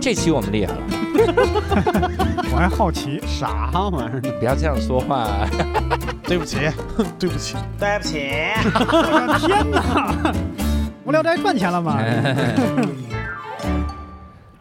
这期我们厉害了，我还好奇， 啥玩意儿？不要这样说话。对不起，对不起，对不起，我的天哪！无聊斋赚钱了吗？哎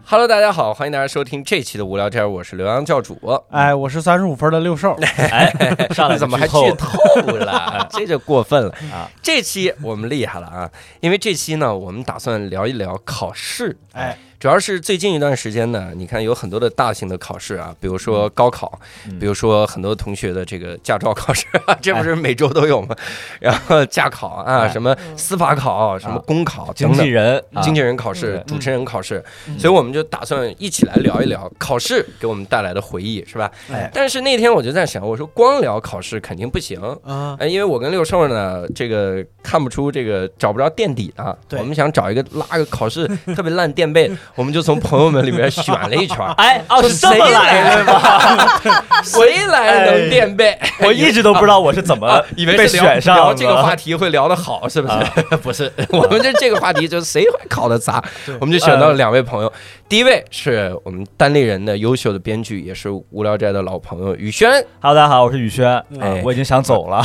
Hello，大家好，欢迎大家收听这期的无聊斋，我是刘洋教主。哎，我是三十五分的六兽，哎，上 来就怎么还剧透剧透了？ 这就过分了啊！这期我们厉害了啊，因为这期呢，我们打算聊一聊考试。哎，主要是最近一段时间呢，你看有很多的大型的考试啊，比如说高考，嗯比如说很多同学的这个驾照考试 啊，这不是每周都有吗？然后驾考啊，哎什么司法考、什么啊公考经等纪等。人，啊，经纪人考试、主持人考试，所以我们就打算一起来聊一聊考试给我们带来的回忆，是吧？哎但是那天我就在想，我说光聊考试肯定不行。啊，哎，因为我跟六兽呢，这个看不出这个找不着垫底的，对我们想找一个拉个考试特别烂垫背，我们就从朋友们里面选了一圈儿哎， 哦，说是这么谁来的吗？谁来能垫背？ 我一直都不知道我是怎么 啊，以为被是聊选上聊这个了啊话题会聊得好，是不是？ 不是， 我们这这个话题就是谁会考得砸对，我们就选嗯到了两位朋友。第一位是我们单立人的优秀的编剧，也是无聊斋的老朋友 宇轩， Hello，大家好，我是宇轩，啊哎我已经想走了，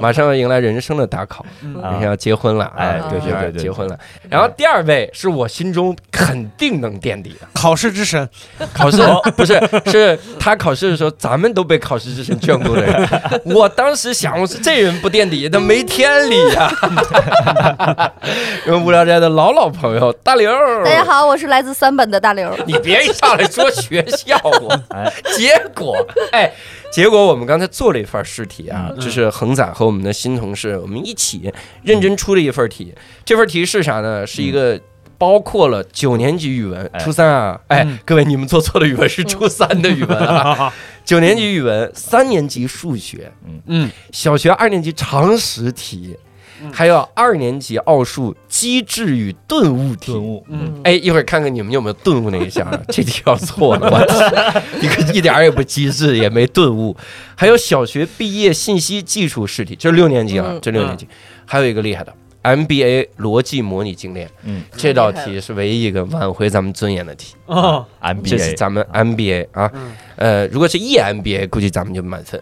马上要迎来人生的大考，啊人家要结婚了啊，哎对人家对对对结婚了。然后第二位是我心中肯定能垫底的，考试之神，考试哦 不是是他考试的时候，咱们都被考试之神眷顾的人。 我当时想，我说这人不垫底，那没天理 呀、 因为无聊斋的老老朋友大刘，大家。好，我是来自三本的大刘。 你别一上来说学校我 哎，结果哎，结果我们刚才做了一份试题啊，嗯就是恒仔和我们的新同事，我们一起认真出了一份题。这份题是啥呢？是一个。包括了九年级语文，嗯哎嗯初三啊！哎，各位，你们做错了，语文是初三的语文啊。 九年级语文，三年级数学，嗯，小学二年级常识题，嗯还有二年级奥数机智与顿悟题。顿悟，嗯，哎，一会儿看看你们有没有顿悟那一下， 这题要错了，我天，你看一点儿也不机智，也没顿悟。还有小学毕业信息技术试题，这是六年级了嗯，这六年级，还有一个厉害的 MBA 逻辑模拟精炼，嗯，这道题是唯一一个挽回咱们尊严的题，哦，这是 MBA，咱们 MBA 啊，嗯呃，如果是 EMBA，估计咱们就 满分，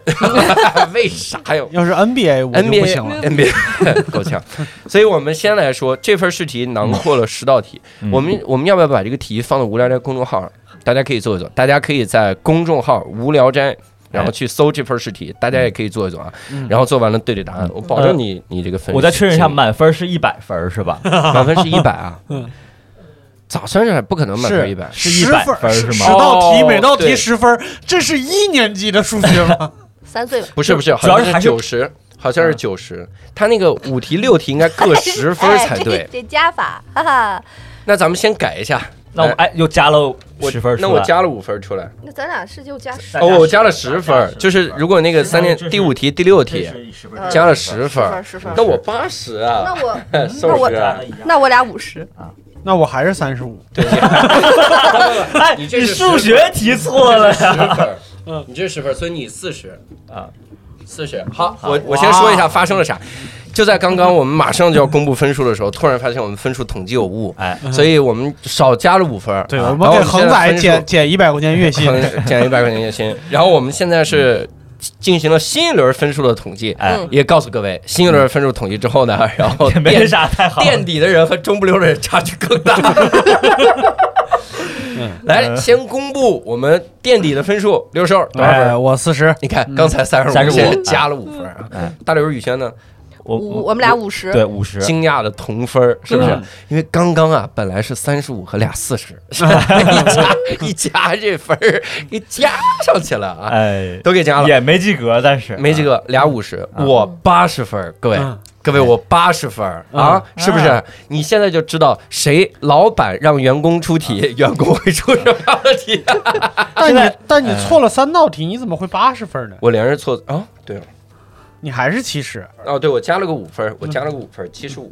为啥呀？要是 NBA 我就不 NBA 行了， NBA 够呛，所以我们先来说这份试题囊括了十道题，嗯我们我们要不要把这个题放到无聊斋公众号？大家可以做一做，大家可以在公众号无聊哎斋。然后去搜这份试题，大家也可以做一做啊。然后做完了对对答案，我保证你你这个分。嗯我再确认一下，，满分是一百分是吧？满 分是一百啊。咋算下来不可能满分一百？是十100分分是吗十道题哦每道题对十分，这是一年级的数学吗？三岁吧，不是不是，主要是还是嗯九十，好像是九十。他那个五题六题应该各十分才对 哎。这这加法，哈哈。那咱们先改一下。那我来哎又加了我十分出那来，我加了五分出来。那咱俩是就加十大家哦，我加了是十分儿，就是如果那个三年这是第五题、第六这题是10分嗯加了十分儿，十分儿，那我八十啊那，我 瘦我十啊，那我俩五十， 那我还是三十五，哎，你你这是数学题错了十分呀！儿嗯，你这是十分儿，所以你四十啊，四十。好，我我先说一下发生了啥。就在刚刚我们马上就要公布分数的时候，突然发现我们分数统计有误，哎，所以我们少加了五分儿。对，啊我然们后给我们恒现在仔分数减减一百块钱月薪，恒减一百块钱月薪。然后我们现在是进行了新一轮分数的统计，哎嗯也告诉各位，新一轮分数统计之后呢，然 后也变没啥太好。 垫底的人和中不溜的人差距更大。嗯来，先公布我们垫底的分数，刘兽多少哎，分？我四十，你看刚才嗯三十35加了五分啊哎。大刘宇轩呢，我五我们俩五十，对五十，惊讶的同分儿是不是嗯？因为刚刚啊，本来是三十五和俩四 十，一加一加这分儿给加上去了啊，哎，都给加了。也没及格，但是没几格。个俩五十，我八十分儿，各位。嗯各位，我八十分儿啊，是不是啊？你现在就知道谁老板让员工出题，员工会出什么样的题？ 但你但你错了三道题，你怎么会八十分呢？我连着错啊，对了，你还是七十，啊哦，对，我加了个五分儿，我加了个五分儿，七十五。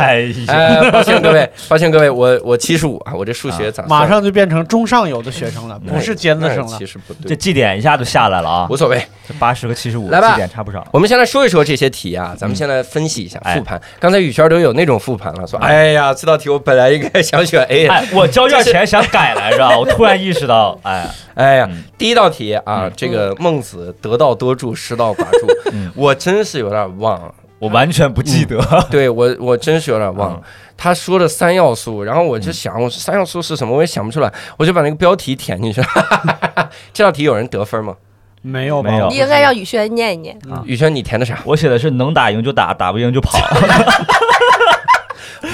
哎呀，呃，抱歉各位，抱歉各位，我我七十五啊，我这数学咋算哎马上就变成中上游的学生了，不是尖子生了其。实不这对，绩点一下就下来了啊无，所谓。八十和七十五来吧绩点差不少。我们先来说一说这些题啊，咱们先来分析一下哎复盘。刚才雨轩都有那种复盘了，说哎呀，这道题我本来应该想选 A 的。哎，我交卷前想改来着，啊我突然意识到，哎，哎呀嗯，第一道题啊，这个孟子得道多助，失道寡助嗯，我真是有点忘了。我完全不记得。 对我，我真是有点忘了嗯他说的三要素，然后我就想，我说三要素是什么？我也想不出来，我就把那个标题填进去了。 这道题有人得分吗？没有吧？没有你应该让宇轩念一念。啊宇轩，你填的啥？我写的是能打赢就打，打不赢就 跑。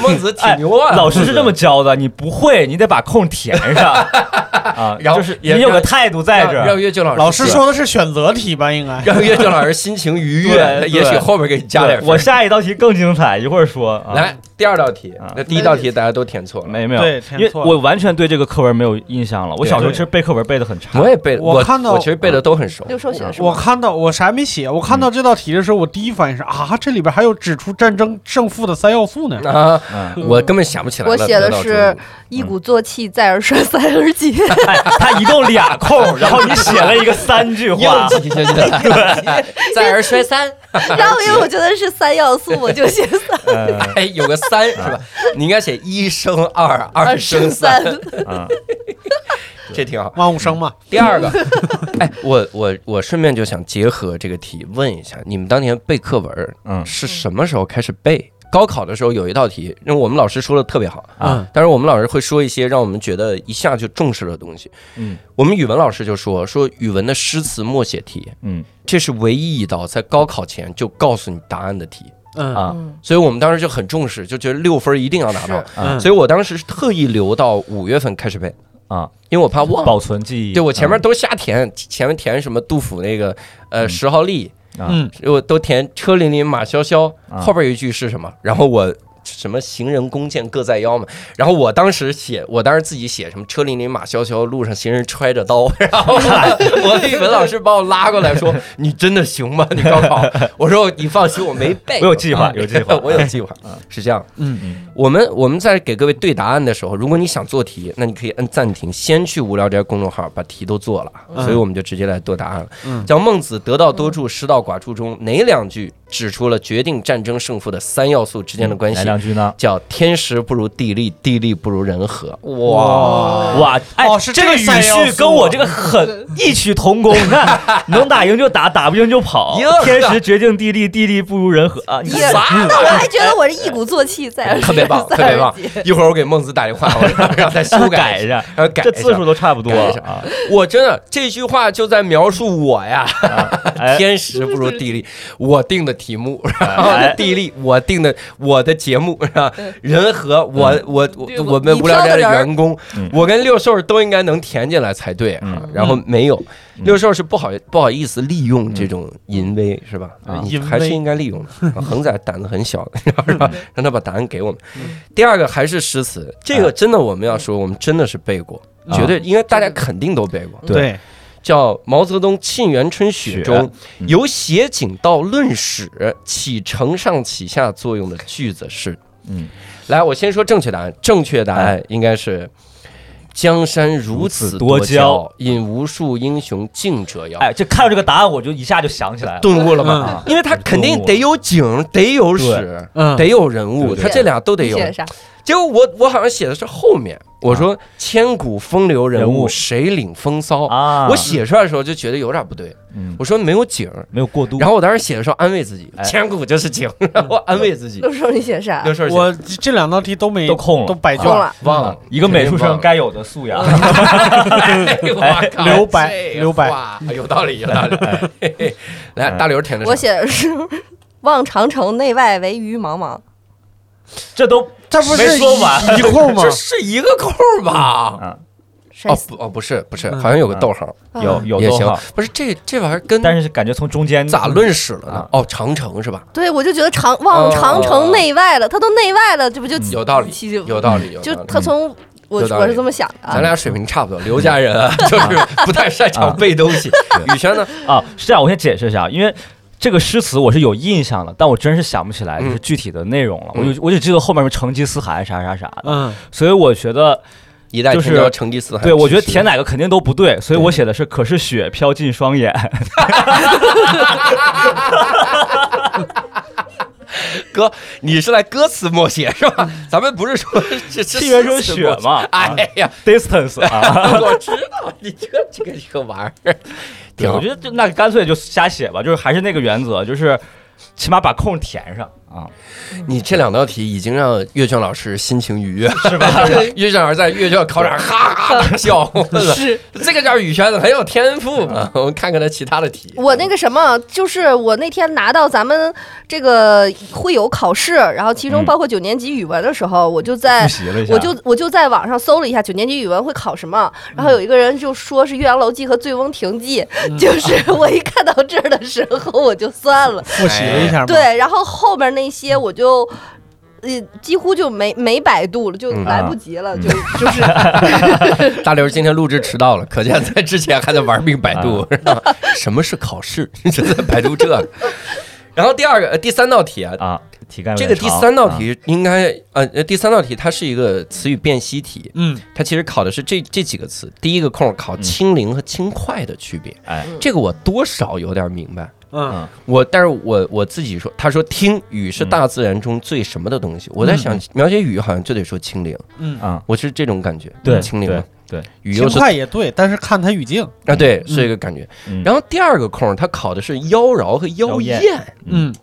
孟子挺牛啊，哎老师是这么教的，你不会，你得把空填 上啊。然后就是你也有个态度在让这儿。让岳俊老师老师写说的是选择题吧？应该。 让岳俊老师心情愉悦，对他也许对后面给你加点对分。我下一道题更精彩，一会儿说。啊、来第二道题啊，那第一道题大家都填错了，没没有，对因填为错了我完全对这个课文没有印象了。我小时候对其实背课文背的很差。我也背了，我我看到我其实背的都很熟。六兽写啊的是我吗？看到我啥也没写，我看到这道题的时候，我第一反应是啊，这里边还有指出战争胜负的三要素呢。啊，嗯，我根本想不起来了。我写的得到这嗯是个一鼓作气，再而衰， 三而竭。哎他一共俩空，然后你写了一个三句话，应 急现在 再而衰三， 然后因为我觉得是三要素，我就写三嗯哎，有个三是吧？你应该写一生二，二生生 三，三。嗯，这挺好。万物生嘛，第 二个，哎，我我我顺便就想结合这个题问一下，你们当年背课文，嗯是什么时候开始背？高考的时候有一道题，因为我们老师说的特别好啊，但是我们老师会说一些让我们觉得一下就重视的东西。嗯，我们语文老师就说说语文的诗词默写题，嗯这是唯一一道在高考前就告诉你答案的题，嗯啊，嗯，所以我们当时就很重视，就觉得六分一定要拿到。嗯，所以我当时是特意留到五月份开始背啊，因为我怕忘。保存记忆。对我前面都瞎填，前面填什么杜甫那个呃石壕吏，嗯，我都填车辚辚马萧萧，啊后边有一句是什么？然后我。什么行人弓箭各在腰嘛，然后我当时写，我当时自己写什么车辚辚马萧萧，路上行人揣着刀， 然后我我的语文老师把我拉过来说：“ 你真的行吗？你高考？”我说：“你放心，我没背。”，我有计划，有计划 我有计划，是这样。嗯嗯，我们我们在给各位对答案的时候，如果你想做题，那你可以按暂停，先去无聊斋公众号把题都做了，嗯所以我们就直接来做答案了。嗯叫孟子得道多助，失道寡助中哪两句指出了决定战争胜负的三要素之间的关系哪？嗯两句呢？叫天时不如地利，地利不如人和。哦哇哇，哎，哦是这这个个语三要序素啊跟我这个 很异曲同工。你看，能打赢就打，打不赢就跑赢了。天时决定地利，地利不如人和啊！你也，那我还觉得我是一鼓作气，再而特衰 别棒，，三特别而棒竭。！一会儿我给孟子打电话，我让让他修改啊改 一一下，下，让他改这一字下数。都差不多改一下啊。 我真的这句话就在描述我呀。哎， 天时不如地利，我定的题目，然后哎地利我定的我的节目是吧？人和我我对我我我们你无聊挑的斋的人儿员工嗯，我跟六兽都应该能填进来才对啊嗯。然后没有，六兽是不好不好意思利用这种淫威是吧嗯啊？你淫威还是应该利用的。 啊恒仔胆子很小，你知道是吧？嗯让他把答案给我们。嗯第二个还是诗词，这个真的我们要说，我们真的是背过，啊绝对，因为大家肯定都背过。对对，叫《毛泽东沁园春·雪》中雪嗯由写景到论史起承上启下作用的句子是：嗯，哎来，我先说正确答案。正确答案应该是“江山如此多如此多娇，引无数英雄竞折腰哎，这看到这个答案，我就一下就想起来”。了。顿悟了吧？因为他顿悟肯定得有景，得有史，嗯，得有人物，对对他这俩都得你有写。的啥？结果我我好像写的是后面，我说“千古风流人啊人物物谁领风骚”，啊，我写出来的时候就觉得有点不对，嗯我说没有景儿。没有过渡嗯然。后我当时写的时候安慰自己，哎千古就是景，然后安慰自己。六兽你写的啥？六事儿写我这这两道题都没都空了啊都白卷中了。了，忘了一个美术生该有的素养。啊哎我靠留白这哎留白话有道理，有道理。嘿哎嘿来，大刘填的我是写的是“望长城内外，惟余茫茫哦 这都这不没是说完一一 空吗这？是一个空儿吧？啊，”。晒哦死不哦不是不是，嗯好像有个逗号啊有有也都行好，。不是这这玩意儿跟但是感觉从中间咋论史了呢啊？哦，长城是吧？对，我就觉得长哦望长城内外了，它都内外了，这不就嗯有道理其实，有道理，有就道理。他从我有道理我是这么想的咱啊。俩水平差不多，刘家人啊，就是不太擅长背东西。宇轩呢？啊？是这样，我先解释一下，因为这个诗词我是有印象的，但我真是想不起来就是具体的内容了。嗯我就我只记得后面什么成吉思汗啥啥啥的，嗯，所以我觉得一代就是天骄成吉思汗。对我觉得哎其实填哪个肯定都不对，所以我写的是可是雪飘进双眼， 歌，你是来歌词默写是吧？嗯咱们不是说这这契约中雪吗？嘛啊哎 呀， ，distance 啊。我知道你这这个这个玩意儿，对挺好我觉得就那干脆就瞎写吧，就是还是那个原则，就是起码把空填上啊。你这两道题已经让阅卷老师心情愉悦，是 吧？阅卷老师在阅卷考场哈哈 大笑，是 这个叫宇轩的很有天赋嘛？嗯我们看看他其他的题。我那个什么，就是我那天拿到咱们这个会有考试，然后其中嗯包括九年级语文的时候，我就在复习了一下，哎我就我就在网上搜了一下九年级语文会考什么，然后有一个人就说是《岳阳楼记》和《醉翁亭记》，嗯就是 我一看到这儿的时候我就算了，复习了一下嘛。哎对，然后后面那些我就。呃，几乎就没没百度了，就嗯来啊不及了，就就是大刘今天录制迟到了，可见在之前还在玩命百啊度，是吧什么是考试，就在百度这个。然后第二个、呃第三道题啊，啊，题干有这点个第长三道啊题应该呃呃第三道题它是一个词语辨析题，嗯，它其实考的是这这几个词，第一个空考清零和轻快的区别，嗯哎，这个我多少有点明白。嗯我，但是我我自己说，他说听雨嗯是大自然中最什么的东西？我在想，描写雨好像就得说清灵，嗯，啊，我是这种感觉，对，嗯清灵对嘛，对，雨轻又是快也对，但是看它语境。啊，对，是一个感觉。嗯然后第二个空，它考的是妖娆和妖妖艳，嗯，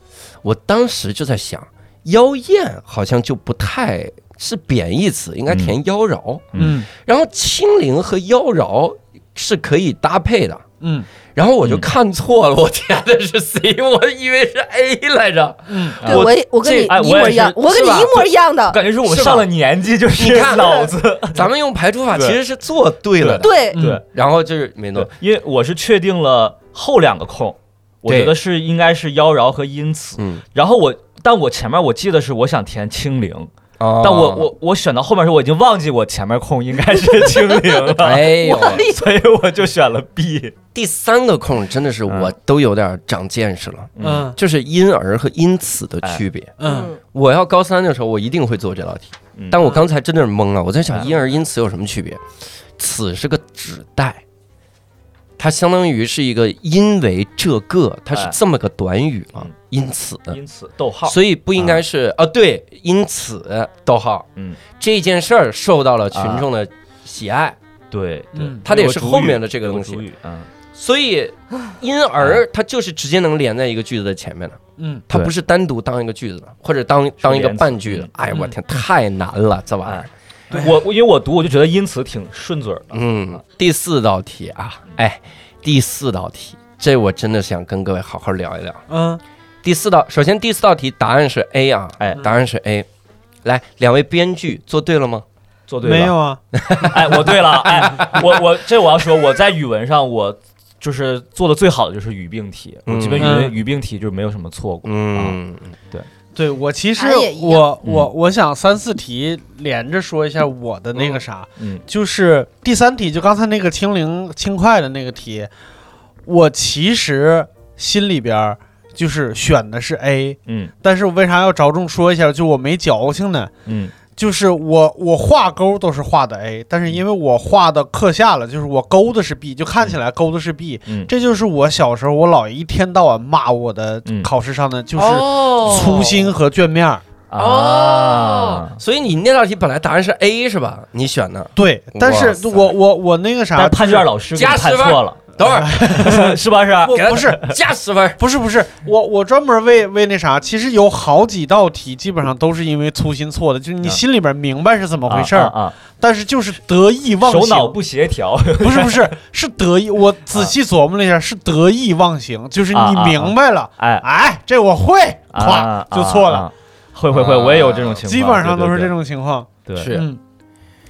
我当时就在想，妖艳好像就不太是贬义词，应该填妖娆。嗯然后清灵和妖娆是可以搭配的。嗯然后我就看错了，我填的是 C，我 以为是 A 来着。嗯，啊对我我也我跟这你哎一我也模一样是，我跟你是吧一模一样的我，感觉是我们是吧上了年纪，就你是 看脑子咱们用排除法其对实是做对了的，对， 嗯对然后就是没弄对，，因为我是确定了后两个空，我对觉得是应该是妖娆和阴词，嗯，然后我。但我前面我记得是我想填清零，但但我 我我选到后面的时候我已经忘记我前面空应该是清零了， 哎呦， 所以我就选了 B。第三个空真的是嗯我都有点长见识了，嗯就是因而和因此的区别。嗯，哎我要高三的时候，我一定会做这道题，嗯但我刚才真的是懵了，我在想嗯因而因此有什么区别？此是个指代。它相当于是一个因为这个，它是哎这么个短语嘛嗯，因此，因此逗号，所以不应该是啊，对，因此，逗号，嗯，这件事儿受到了群众的喜爱，对对嗯，它得是后面的这个东有主西，语，嗯，所以因而它就是直接能连在一个句子的前面的，嗯，它对不是单独当一个句子的，或者当当一个半句的嗯。哎哎，我天，太难了，这玩意儿。对我我因为我读我就觉得因此挺顺嘴儿的，嗯，第四道题啊，哎，第四道题，这我真的想跟各位好好聊一聊。嗯第四道，首先第四道题答案是 A 啊，哎答案是 A。来，两位编剧做对了吗？做对了没有啊， 哎，我对了，哎，我我这我要说，我在语文上我就是做的最好的就是语病题，嗯我基本语文嗯语病题就是没有什么错过。嗯，对我其实俺也一样我嗯我我想三四题连着说一下我的那个啥，嗯就是第三题，就刚才那个清零轻快的那个题，我其实心里边儿就是选的是 A，嗯但是我为啥要着重说一下？就我没矫情呢，嗯就是我我画勾都是画的 A，但是因为我画的刻下了，就是我勾的是 B，就看起来勾的是 B，嗯，这就是我小时候我姥爷一天到晚骂我的嗯考试上的就是哦粗心和卷面儿。啊，，哦啊所以你那道题本来答案是 A 是吧？你选的，对，但哇是塞我我我那个啥但，判卷老师给加判10分错了，等会儿是吧？是吧 我给他嗯不是加十分儿。不是不是，我我专门为为那啥，其实有好几道题基本上都是因为粗心错的，就是你啊心里边明白是怎么回事啊儿，啊但是就是得意啊，忘手形。 脑不协 调。不是不是，是得意。我仔细琢磨了一下，是得意忘形，就是啊你啊啊明白了，哎，哎，这我会，咵啊就错。啊了啊啊，会会会，我也有这种情况，基本上都是这对。种情况。对对，对是嗯。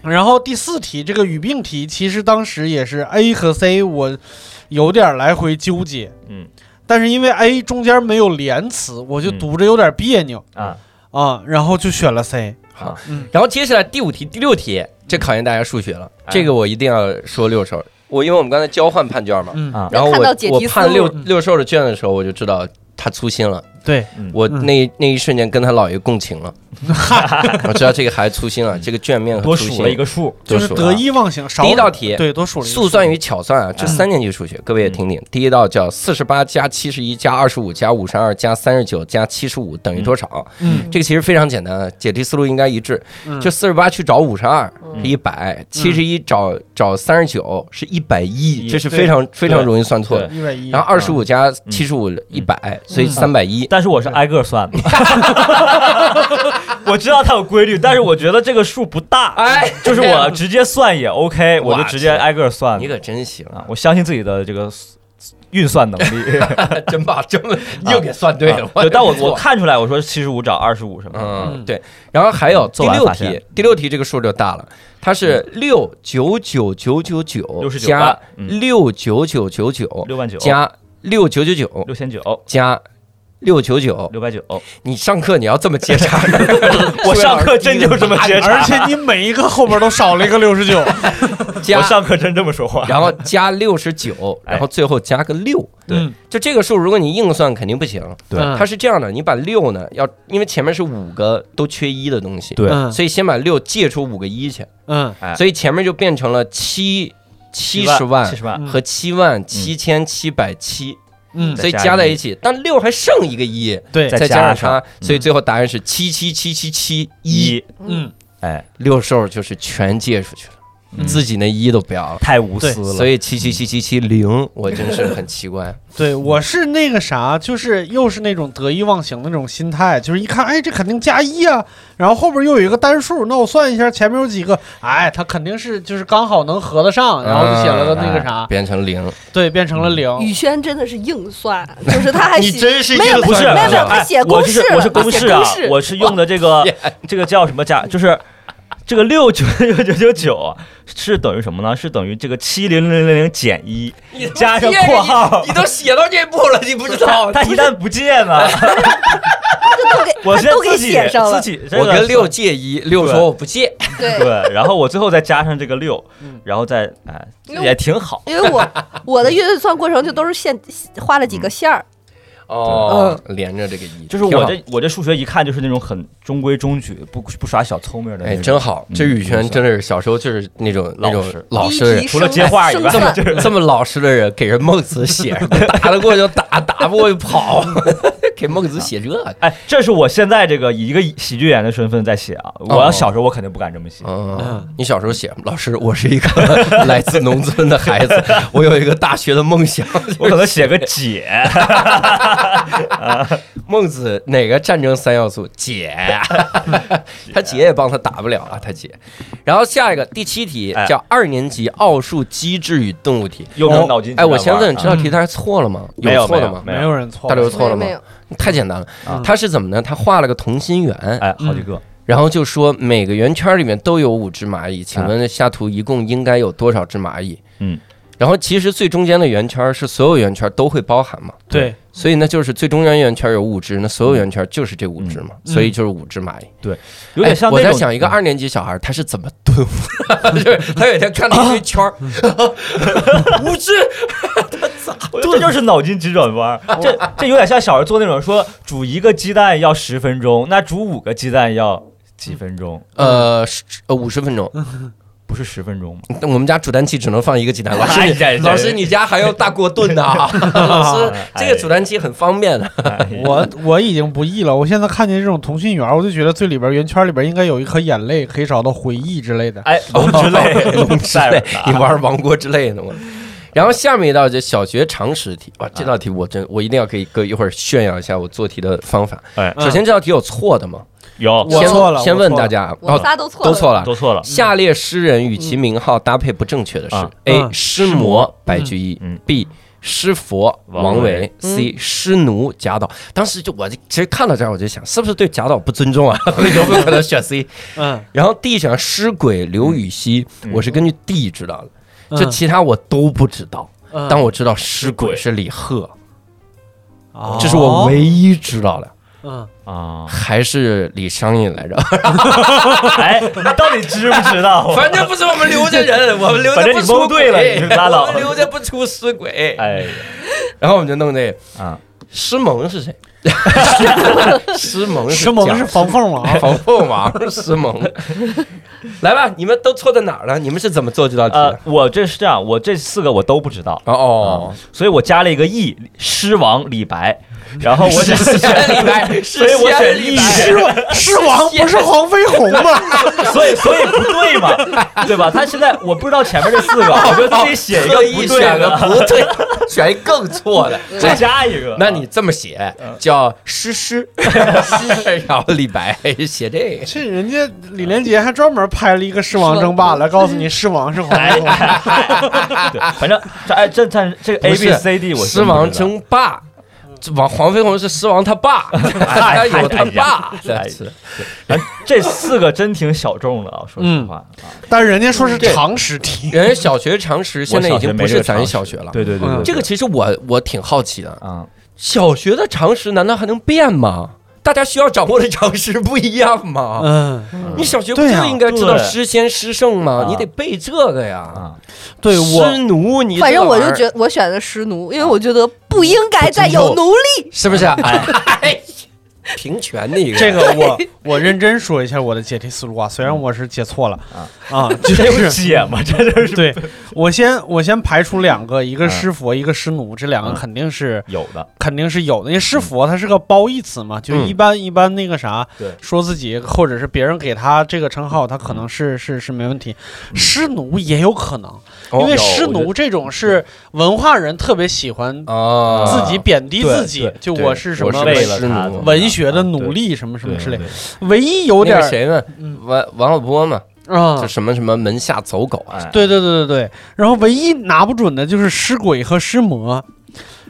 然后第四题这个语病题，其实当时也是 A 和 C，我有点来回纠结，嗯但是因为 A 中间没有连词，我就嗯读着有点别扭。啊，啊，然后就选了 C。好嗯，然后接下来第五题、第六题，这考验大家数学了，哎这个我一定要说六兽。我因为我们刚才交换判卷嘛，嗯啊然后看到我解我题思判路六嗯六兽的卷的时候，我就知道他粗心了，对，嗯我嗯那那一瞬间跟他姥爷共 情了，我知道这个孩子粗心嗯了，这个卷面和多粗数了一心。个数，就多是数得了啊意忘形，少第一道题对，多数了一个嗯速算与巧算啊，这三年级数学，各位也听听。第一道叫四十八加七十一加二十五加五十二加三十九加七十五等于多少？嗯这个其实非常简单，解题思路应该一致。嗯就四十八去找五十二嗯是一百，七十一找找三十九是一百一，一这是非常非常容易算错的。对嗯一百一，嗯然后二十五加七十五一百，所以三百一。但是我是挨个算 的， 我知道它有规律，但是我觉得这个数不大，哎， 就是我直接算也 OK，我就直接挨个算 你可真行啊，啊，我相信自己的这个运算能力。真把这么又给算对了 啊。对，但我我错看出来，我说七十五找二十五什么的，嗯，对。然后还有做第完六发题现，嗯第六题这个数就大了，它是六九九九九九69加吧嗯六九九九九六万九加六九九九六千九加六九九。六百九，哦 你上课你要这么接茬， 我上课真就这么接啊而茬，且你每一个后边都少了一个六十九， 加我，上课真这么说话。然后加六十九，哎然后最后加个六。对嗯就这个数，如果你硬算肯定不行。对它是这样的，你把六呢，要因为前面是五个都缺一的东西，对嗯所以先把六借出五个一去，嗯哎所以前面就变成了七七十七万十万，嗯和七万七千七百七，嗯，所以加在一起，但六还剩一个一，对，再再加加上上嗯它，所以最后答案是七七七七七一，一，嗯，哎，六兽就是全借出去了，自己那一都不要了。太无私对嗯了。所以七七七七七零，我真是很奇怪。对，我是那个啥，就是又是那种得意忘形的那种心态，就是一看，哎，这肯定加一啊，然后后边又有一个单数，那我算一下前面有几个，哎，它肯定是就是刚好能合得上，然后就写了个那个啥，啊变成零。对，变成了零。嗯宇轩真的是硬算，就是他还写真是没有不是，没有没有不是他写哎我就公是式了我是公他写式啊公式，我是用的这个这个叫什么加，就是这个六九九九九九是等于什么呢？是等于这个七零零零零减一加上括号你，都写到这步了，你不知 道？它一旦不借呢，都给我他先都给自己写上了自，己这我个跟六借一，六对说我不借，对，对，然后我最后再加上这个六，嗯然后再哎因为也挺好。因为我我的运算过程就都是线画了几个线儿，哦，连着这个一，嗯就是挺我好这我这数学一看就是那种很中规中矩，不不耍小聪明的那哎，种。真好！这嗯宇轩真的是小时候就是那种那老种实老实第一人题，除了生接话以生外算就这么老实的人给人孟子写 什么？打得过就打，打不过就跑， 给孟子写这个。哎，这是我现在这个以一个喜剧演员的身份在写啊。我哦要小时候我肯定不敢这么写。嗯，你小时候写老师，我是一个 来自农村的孩子，我有一个大学的梦想。我可能写个 解，孟子哪个战争三要素？ 解，他姐也帮他打不了啊，他姐。然后下一个第七题哎叫二年级奥数机制与动物题。又能脑筋急哎，转弯我啊。先问，这道题它是错了吗？没有错的没有吗？没有人错，大刘错了吗没有？太简单了啊，他是怎么呢？他画了个同心圆，哎，好几个，然后就说每个圆圈里面都有五只蚂蚁，请问下图一共应该有多少只蚂蚁？啊嗯，然后其实最中间的圆圈是所有圆圈都会包含嘛，嗯对，所以呢就是最中间圆圈有五只，那所有圆圈就是这五只嘛，嗯所以就是五只蚂蚁。有点像哎我那在种。嗯想一个二年级小孩他是怎么顿悟， 就是他有一天看到一堆圈儿，啊 五只，我哎觉得这就是脑筋急转弯，哦这这有点像小孩做那种说煮一个鸡蛋要十分钟，那煮五个鸡蛋要几分钟？呃，十呃五十分钟，不是十分钟吗？那我们家煮蛋器只能放一个鸡嗯蛋。老师，哎你呀呀老师你家还要大锅炖 的啊？老师，这哎个煮蛋器很方便的。 我我已经不易了，我现在看见这种同心圆，我就觉得最里边圆圈里边应该有一颗眼泪，可以找到回忆之类的。哎，龙之 泪， 龙哦之类，你玩王国之类的吗？然后下面一道就小学常识题，哇，这道题我真我一定要给各位一会儿炫耀一下我做题的方法。哎，首先这道题有错的吗？有我先错了先我问错大了家，我们哦，仨都错了，都错了。都错了，嗯下列诗人与其名号搭配不正确的是啊：A. 嗯诗魔白居易嗯；B. 诗佛王王维维嗯；C. 诗奴贾岛。当时就我就其实看到这儿我就想，是不是对贾岛不尊重啊？ 有没有可能选 C？嗯，然后 D 选诗鬼刘禹锡，嗯我是根据 D 知道的，就其他我都不知道。嗯但我知道诗鬼鬼是李贺，哦这是我唯一知道的，！嗯啊 还是李商隐来着？哎，你到底知不知道？ 反正不是我们刘家 人，我们刘家反正不你出蒙对了鬼 你就拉倒我们刘家不出诗鬼。哎然后我们就弄这个，啊，师蒙 是谁？师蒙吃萌蒋是防凤凰 啊，防凤王师蒙。来吧，你们都错在哪儿了？你们是怎么做这道题呃啊的？，我这是这样，我这四个我都不知道，哦哦，所以我加了一个义，狮王李白，然后我 选，先李白，所以我选一狮王狮 王不是黄飞鸿 吗？所以所以不对嘛，对吧？他现在我不知道前面这四 个，我就自己写一个不特哦意对选个的，不对， 选一更错 的。再加一个。那你这么写嗯叫 诗诗，然后李白写这个。这人家李连杰还专门拍了一个狮王争霸来告诉你狮王是黄飞鸿。对，反正这哎这这这个 A 啊不是 B C D 我狮王争霸，这王黄飞鸿是狮王他爸，他有他爸，哎真是反正这四个真挺小众的啊，说实话嗯啊。但是人家说是常识题，人家小学常识现在已经不是咱我小小学了。嗯对对对，对这个其实我我挺好奇的，啊，小学的常识难道还能变吗？大家需要掌握的常识不一样吗？嗯，你小学不对就啊应该知道对诗仙诗圣啊吗？你得背这个呀。 啊，对师我奴，你反正我这就玩意儿觉得我选的师奴，因为我觉得不应该再有奴隶。是不 是？哎，平权的一个这个 我我认真说一下我的解题思路啊，虽然我是解错了啊，就这有是解 吗？这就是对我先我先排除两个，一个嗯师佛，一个师奴，这两个嗯肯定是有的，肯定是有的。因为师佛它是个褒义词嘛，就嗯一般一般那个啥对，嗯说自己或者是别人给他这个称号，他可能是是是没问题。师奴也有可能，因为哦有师我觉嗯奴这种是文化人特别喜欢啊，自己贬低对自己对，就对我是什我么是为了师他奴文学的啊努对力什么什么之类对，唯一有那点个儿谁呢？嗯王王小波嘛，啊就，什么什么门下走狗啊，哎，对对对对对。然后唯一拿不准的就是尸鬼和尸魔，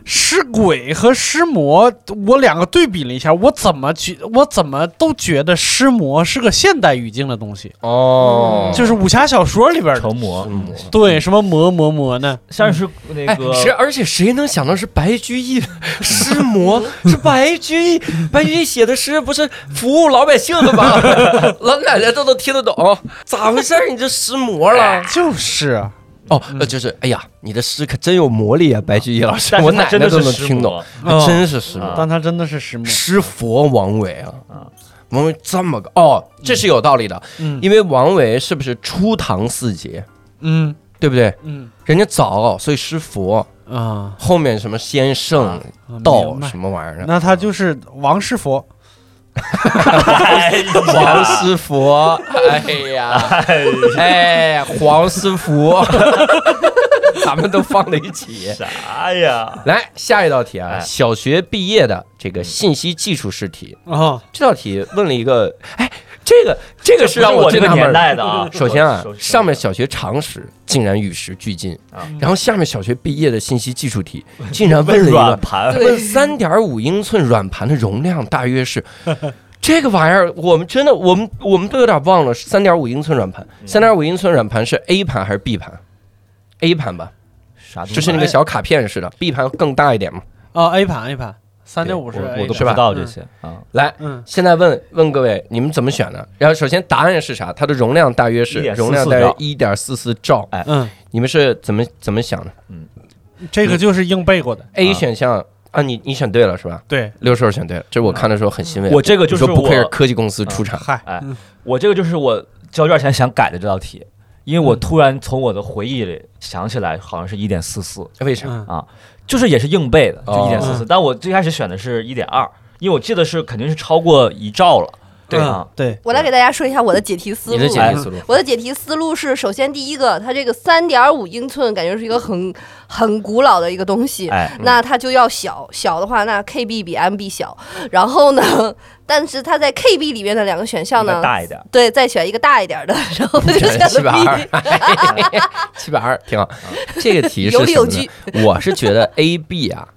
尸鬼和尸魔，我两个对比了一下，我怎么觉我怎么都觉得尸魔是个现代语境的东西，哦就是是武侠小说里边的。成魔嗯对，什么魔魔魔呢？像是那哎，个谁而且谁能想到是白居易诗 魔？是白居易，白居易写的诗不是服务老百姓的吗？ 老奶奶都能听得懂，咋回事儿？你这诗魔哎了？就是啊，哦，嗯呃就是哎呀，你的诗可真有魔力啊，白居易老师，但是我他奶真奶的都是能师听懂母，还真是诗魔。啊但他真的是尸魔。诗佛王维啊啊，王维这么个哦，这是有道理的，嗯因为王维是不是初唐四杰，嗯对不对？嗯人家早，所以诗佛啊，后面什么先圣啊道明白什么玩意儿的，那他就是王师佛。哎呀王师佛，哎 呀，哎，黄师傅， 咱们都放在一起。啥哎 呀？来下一道题啊，啊哎小学毕业的这个信息技术试题，啊，这道题问了一个，哎，这个这个是不让我这最个纳闷年儿代的啊。首先啊首，先上面小学常识竟然与时俱进啊，然后下面小学毕业的信息技术题竟然问了一软个盘对问三点五英寸软盘的容量大约是。这个玩意儿，我们真的，我们我们都有点忘了，三点五英寸软盘，嗯三点五英寸软盘是 A 盘还是 B 盘？A 盘吧，啥东西？就是那个小卡片似的，B 盘更大一点嘛。哦，A 盘 A 盘，三点五我是我 A 哎都不的知道这些啊。来，嗯，现在问问各位，你们怎么选呢？然后首先答案是啥？它的容量大约是1.44容量大约兆哎一点四四兆，嗯，你们是怎么怎么想的？这个就是硬背过的。 A 啊选项啊，你你选对了是吧？对，六叔选对了，这我看的时候很欣慰。啊我这个就是你说不愧是我，科技公司出产，嗨，哎嗯我这个就是我交卷前想改的这道题，因为我嗯突然从我的回忆里想起来，好像是一点四四，为啥？嗯就是也是硬背的，就哦一点四四。但我最开始选的是一点二，因为我记得是肯定是超过一兆了。对啊，嗯对，我来给大家说一下我的解题思你路的啊。解哎题思路我的解题思路是，首先第一个，它这个三点五英寸感觉是一个很很古老的一个东西，嗯哎，那它就要小，小的话那 KB 比 MB 小，然后呢， 但是它在 KB 里面的两个选项应该呢，大一点。对，再选一个大一点的， 然后就选七百了 B，二，七百二，挺好。这个题是有理有什么呢据，我是觉得 A、B 啊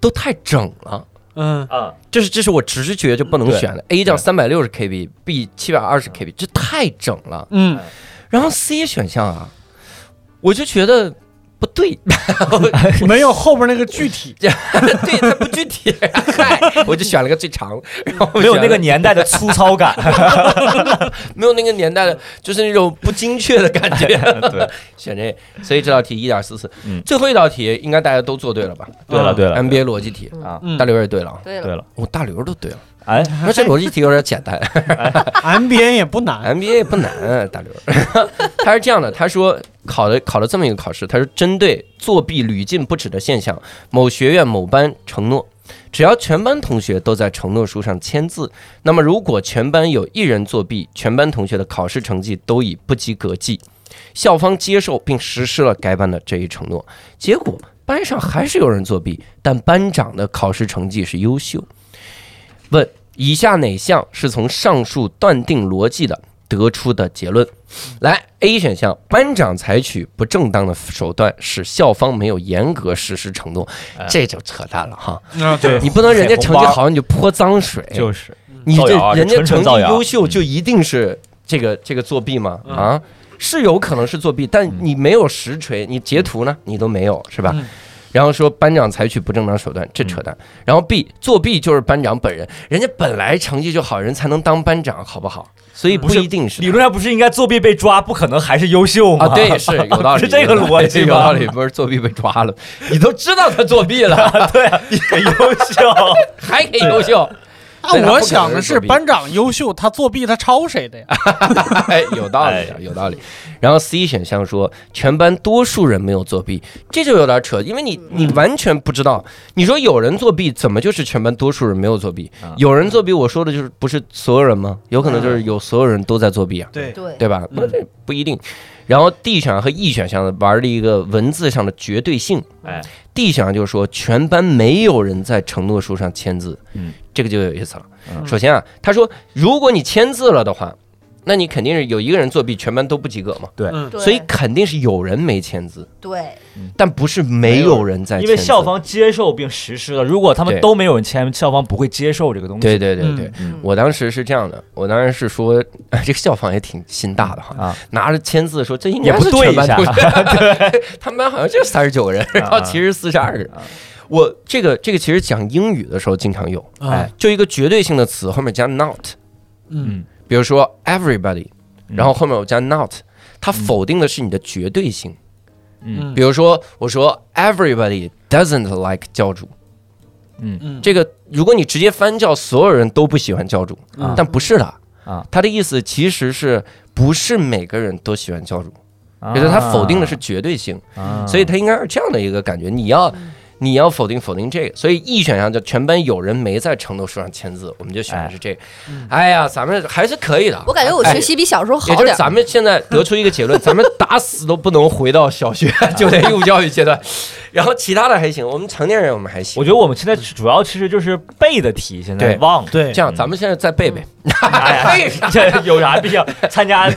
都太整了，嗯嗯， 这是这是我直觉就不能对选的。A 叫对三百六十 KB，B 七百二十 KB，这太整了。嗯然后 C 选项啊，我就觉得。不对，，没有后边那个具体对它不具体， 嗨，我就选了个最长，然后我没有选那个了年代的粗糙感。嗯没有那个年代的，就是那种不精确的感觉。对， 选这，所以这道题一点四四嗯。最后一道题应该大家都做对了吧对了对了？NBA 逻辑题，啊，嗯大刘也对了啊，对对了，了，我大刘都对了。哎，那这逻辑题有点简单，NBA 也不难。 ，NBA 不难，大刘。 他是这样的，他说考了考了这么一个考试，他说针对作弊屡禁不止的现象，某学院某班承诺。只要全班同学都在承诺书上签字，那么如果全班有一人作弊，全班同学的考试成绩都以不及格计。校方接受并实施了该班的这一承诺，结果班上还是有人作弊，但班长的考试成绩是优秀。问：以下哪项是从上述断定逻辑的得出的结论？来，A 选项，班长采取不正当的手段，使校方没有严格实施承诺，哎这就扯淡了哈！啊，对你不能人家成绩好你就泼脏水，哎 就是你造这谣啊人家纯纯成绩造谣嗯优秀就一定是这个这个作弊吗？啊，是有可能是作弊，嗯但你没有实锤，你截图呢，你都没有是吧嗯？然后说班长采取不正当手段，这扯嗯淡。然后 B 作弊就是班长本人，人家本来成绩就好，人才能当班长，好不好？所以不不是一定是理论上不是应该作弊被抓，不可能还是优秀吗？啊，对，是有道理，是这个逻辑 有吧道理，不是作弊被抓了，你都知道他作弊了， 对， 很优秀。还给 优秀，那对他不可我能想的是是作弊班长优秀，他作弊他抄谁的呀？哎，有道理啊，有道理。然后 C 选项说全班多数人没有作弊，这就有点扯，因为你你完全不知道，你说有人作弊，怎么就是全班多数人没有作弊啊？有人作弊，我说的就是不是所有人吗？有可能就是嗯有所有人都在作弊啊，对对对吧？那这不一定。然后 D 选项和 E 选项玩了一个文字上的绝对性，哎， D 想就是说，全班没有人在承诺书上签字，嗯，这个就有意思了。嗯首先啊，他说，如果你签字了的话，那你肯定是有一个人作弊，全班都不及格嘛，嗯，对所以肯定是有人没签字，对但不是没有人在签因字，为校方接受并实施了，如果他们对都没有人签，校方不会接受这个东西。对对对对。嗯我当时是这样的，我当时是说，哎这个校方也挺心大的哈，啊拿着签字说这应也该不是对全一班下 同学，他们班好像就三十九人，然后其实四十二人啊。我这个这个其实讲英语的时候经常有，哎哎，就一个绝对性的词后面加 not，嗯比如说 everybody，嗯然后后面我加 not，它否定的是你的绝对性。嗯比如说我说 everybody doesn't like 教主，嗯，这个如果你直接翻叫，所有人都不喜欢教主，啊但不是的啊，它的意思其实是不是每个人都喜欢教主，啊就是它否定的是绝对性，啊嗯所以它应该是这样的一个感觉，你要。你要否定否定这个，所以 E 选项叫全班有人没在承诺书上签字，我们就选的是这个。嗯哎呀，咱们还是可以的。我感觉我学习比小时候哎也好就点是儿。咱们现在得出一个 结论，咱们打死都不能回到小学就得义务教育阶段，然后其他的还行，我们成年人我们还行我。觉得我们现在主要其实就是背的题，现在对忘了。对这，样，咱们现在再背背， 哎呀为 啥？这有啥必要参 加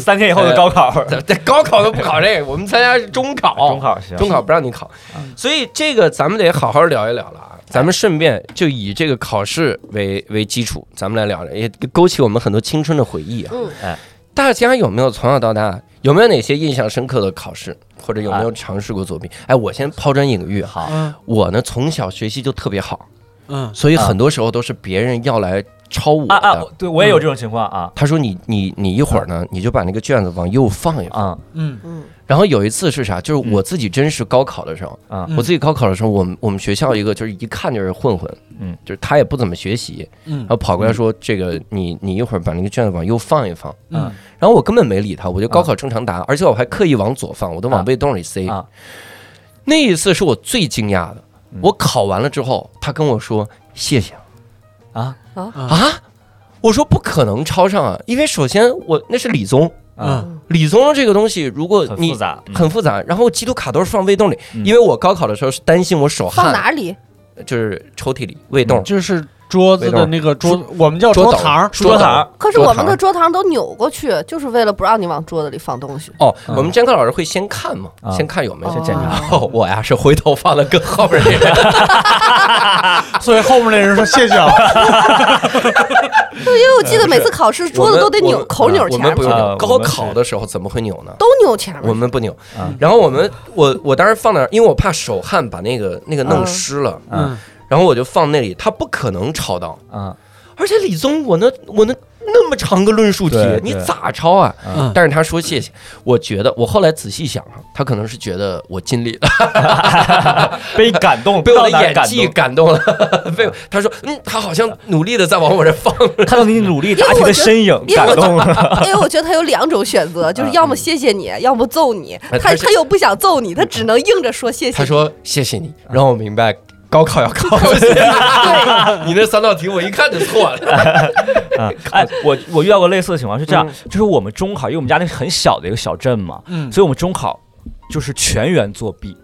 三天以后的高考？咱咱哎高考都不考这个，我们参加中考，中考行，哦中考不让你考，嗯所以这个咱们得好好聊一聊了啊。哎咱们顺便就以这个考试为为基础，咱们来聊聊，也勾起我们很多青春的回忆啊。嗯大家有没有从小到大有没有哪些印象深刻的考试，或者有没有尝试过作弊？哎，我先抛砖引玉哈。好，嗯我呢从小学习就特别好，嗯所以很多时候都是别人要来抄我的。啊啊，对我也有这种情况啊他说你你你一会儿呢，你就把那个卷子往右放一放。啊嗯嗯然后有一次是啥？就是我自己真是高考的时候，嗯啊我自己高考的时候，我们我们学校一个就是一看就是混混，嗯，就是他也不怎么学习，嗯然后跑过来说这个你你一会儿把那个卷子往右放一放。嗯然后我根本没理他，我就高考正常答，而且我还刻意往左放，我都往嗯啊被动里塞。啊那一次是我最惊讶的嗯，我考完了之后，他跟我说谢谢。啊啊？我说不可能超上啊，因为首先我那是理综，啊，嗯理综这个东西如果很你复杂，嗯很复杂，然后基督卡都是放胃洞里，嗯因为我高考的时候是担心我手放汗，哪里？就是抽屉里胃洞，嗯就是桌子的那个桌，我们叫桌桌斗堂，桌堂可是我们的桌桌堂都扭过去，就是为了不让你往桌子里放东西。哦，嗯我们监考老师会先看嘛，啊先看有没有先检查哦我呀是回头放的更后 边那个，所以后面那人说谢谢啊，对，因为我记得每次考试桌子都得呃我扭们口扭我前们面不去，用啊扭，嗯高我们是考的时候怎么会扭呢？都扭前面我去。们不扭啊，然后我们我我当时放那儿，因为我怕手汗把那个那个弄湿了，嗯，然后我就放那里，他不可能抄到，啊，而且李宗我那我那那么长个论述题对，你对咋抄啊？嗯但是他说谢谢，我觉得我后来仔细想啊，他可能是觉得我尽力了，被感动， 被我的到哪演感技动感动了，被我他说嗯，他好像努力的在往我这放，看到你努 力因为答题我的觉得身影，因为感我动了。因哎为我觉得他有两种选择，就是要么谢谢你，要么揍你。啊哎他他是他又不想揍你，他只能硬着说谢谢。他说谢谢你，让我明白高考要考这些， 你那三道题我一看就错 了，啊，哎，我我遇到过类似的情况是这样，就是我们中考，因为我们家那是很小的一个小镇嘛，嗯所以我们中考就是全员作弊。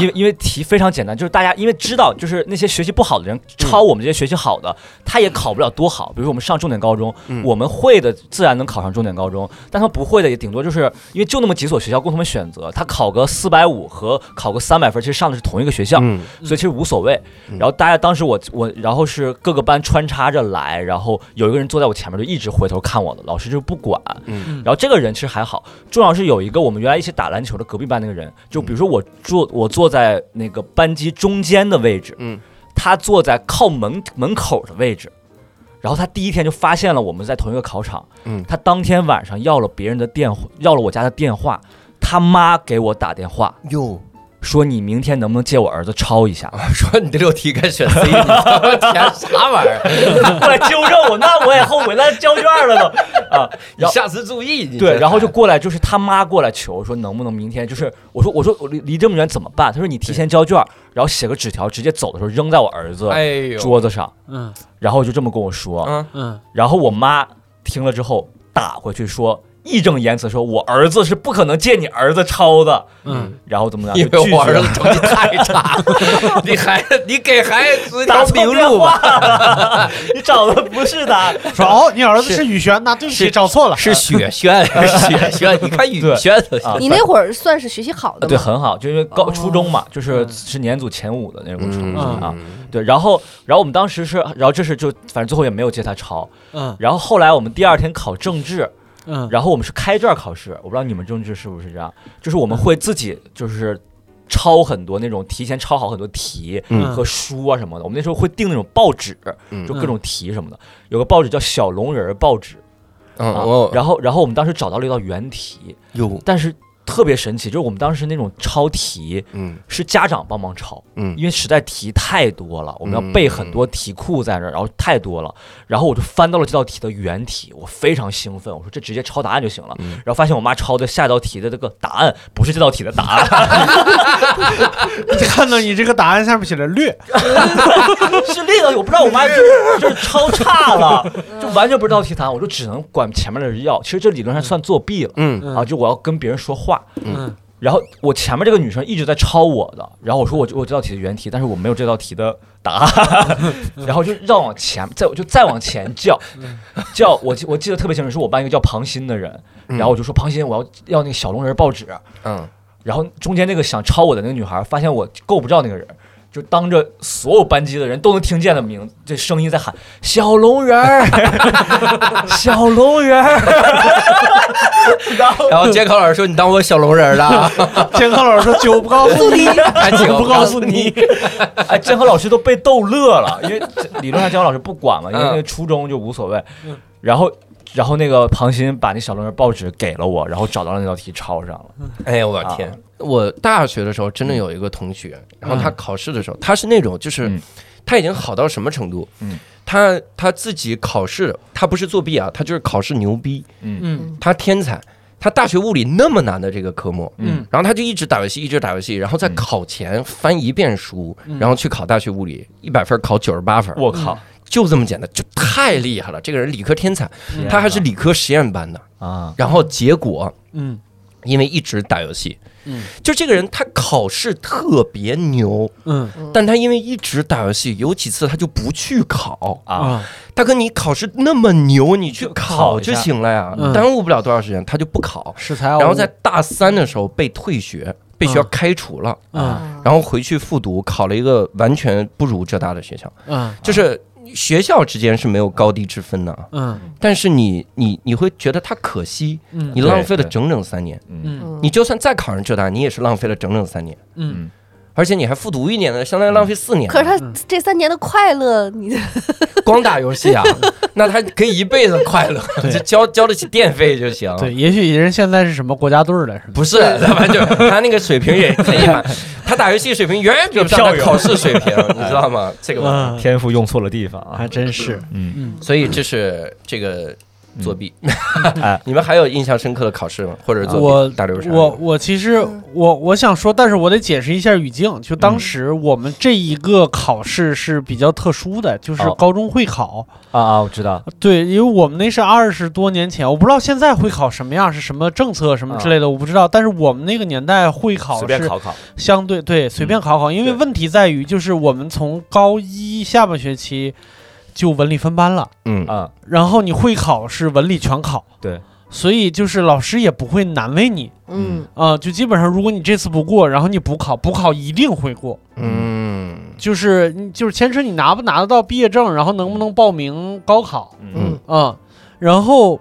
因为因为题非常简单，就是大家因为知道，就是那些学习不好的人抄我们这些学习好的，他也考不了多好。比如说我们上重点高中，嗯我们会的自然能考上重点高中，但他不会的也顶多就是因为就那么几所学校供他们选择，他考个四百五和考个三百分，其实上的是同一个学校。嗯所以其实无所谓。然后大家当时我我然后是各个班穿插着来，然后有一个人坐在我前面就一直回头看我的，老师就不管。嗯然后这个人其实还好，重要是有一个我们原来一起打篮球的隔壁班那个人，就比如说我坐我坐在那个班级中间的位置，嗯，他坐在靠门门口的位置。然后他第一天就发现了我们在同一个考场，嗯他当天晚上要了别人的电话，要了我家的电话，他妈给我打电话哟。说你明天能不能借我儿子抄一下？说你这六题该选 C，你他妈填啥玩意儿？ 过来纠正我，那我也后悔，那交卷了都啊。你然后下次注意。你对，这然后就过来，就是他妈过来求说能不能明天，就是我说我说我离离这么远怎么办？他说你提前交卷，然后写个纸条，直接走的时候扔在我儿子哎呦，桌子上，嗯然后就这么跟我说。啊，嗯，然后我妈听了之后打回去说。义正言辞说：“我儿子是不可能借你儿子抄的。”嗯，然后怎么样？因就为拒我绝儿了子成 绩太差了，你孩子你给孩子打当错明电路吧。话了， 你找的不是他。说哦，你儿子是宇轩，那对不起，是找错了，是雪轩， 雪轩，你看雨轩都啊行。你那会儿算是学习好的对，吗？很好，就因为高哦初中嘛，就是嗯是年组前五的那种成绩嗯啊。对，然后然后我们当时是，然后这是就反正最后也没有借他抄。然后后来我们第二天考政治，嗯然后我们是开卷考试，我不知道你们政治是不是这样，就是我们嗯会自己就是抄很多那种提前抄好很多题嗯和书啊什么的。我们那时候会订那种报纸，嗯就各种题什么的。有个报纸叫小龙人儿报纸嗯，啊哦我，然后然后我们当时找到了一道原题，有，但是特别神奇，就是我们当时那种抄题。嗯是家长帮忙抄，嗯因为实在题太多了，我们要背很多题库在那儿，然后太多了，然后我就翻到了这道题的原题，我非常兴奋，我说这直接抄答案就行了，嗯然后发现我妈抄的下一道题的这个答案不是这道题的答案，看到你这个答案下面写着 略，是那个我不知道我妈就是就是抄差了，就完全不是这道题答案，我就只能管前面的人要，其实这理论上算作弊了。嗯啊，就我要跟别人说话，嗯然后我前面这个女生一直在抄我的，然后我说我我这道题的原题，但是我没有这道题的答案，然后就让往前，再我就再往前叫，叫我记我记得特别清楚，是我班一个叫庞鑫的人，然后我就说庞鑫，我要要那个小龙人报纸，嗯，然后中间那个想抄我的那个女孩发现我够不着那个人，就当着所有班级的人都能听见的名这声音在喊小龙人儿，小龙人儿， 然后 然后监考老师说你当我小龙人 了啊，监考老师说 酒不告诉你， 还请不告诉 你，哎，监考老师都被逗乐了，因为这理论上监考老师不管嘛，因为嗯那个初中就无所谓。然后，然后那个庞鑫把那小论文报纸给了我，然后找到了那道题抄上了。哎呦我天！嗯我大学的时候真的有一个同学，然后他考试的时候，他是那种就是、嗯他已经好到什么程度？嗯他他自己考试，他不是作弊啊，他就是考试牛逼，嗯他天才。他大学物理那么难的这个科目，嗯然后他就一直打游戏，一直打游戏，然后在嗯考前翻一遍书，嗯然后去考大学物理，一百分考九十八分，我靠，就这么简单，就太厉害了。这个人理科天才，天他还哪是理科实验班的。啊，然后结果嗯因为一直打游戏。嗯就这个人，他考试特别牛，嗯但他因为一直打游戏，有几次他就不去考。啊，大哥，你考试那么牛，你去考就行了呀嗯，耽误不了多长时间，他就不考。恃才傲物，然后在大三的时候被退学，被学校开除了，嗯啊然后回去复读，考了一个完全不如浙大的学校。嗯就是学校之间是没有高低之分的，啊，嗯但是你你你会觉得他可惜，嗯你浪费了对对整整三年。嗯，嗯你就算再考上浙大，你也是浪费了整整三年，嗯，而且你还复读一年呢，相当于浪费四年。可是他这三年的快乐，你光打 游戏啊，那他可以一辈子快乐，就交交得起电费就行。对，也许人现在是什么国家队儿来着？不是，他反正就他那个水平也可以嘛，他打游戏水平远远比不上他考试水平，你知道吗？这个问题，嗯，天赋用错了地方啊还，真是，嗯，所以这是这个作弊。 哎你们还有印象深刻的考试吗？或者作弊我打流沙？我我其实我我想说，但是我得解释一下语境。就嗯当时我们这一个考试是比较特殊的，就是哦高中会考。啊啊，我知道，对，因为我们那是二十多年前，我不知道现在会考什么样，是什么政策什么之类的，我不知道。但是我们那个年代会考啊随便是考考，相对对随便考考，因为对问题在于就是我们从高一下半学期就文理分班了。嗯啊，然后你会考是文理全考，对，所以就是老师也不会难为你嗯啊、就基本上如果你这次不过，然后你补考，补考一定会过，嗯就是你就是牵扯你拿不拿得到毕业证，然后能不能报名高考嗯嗯啊、然后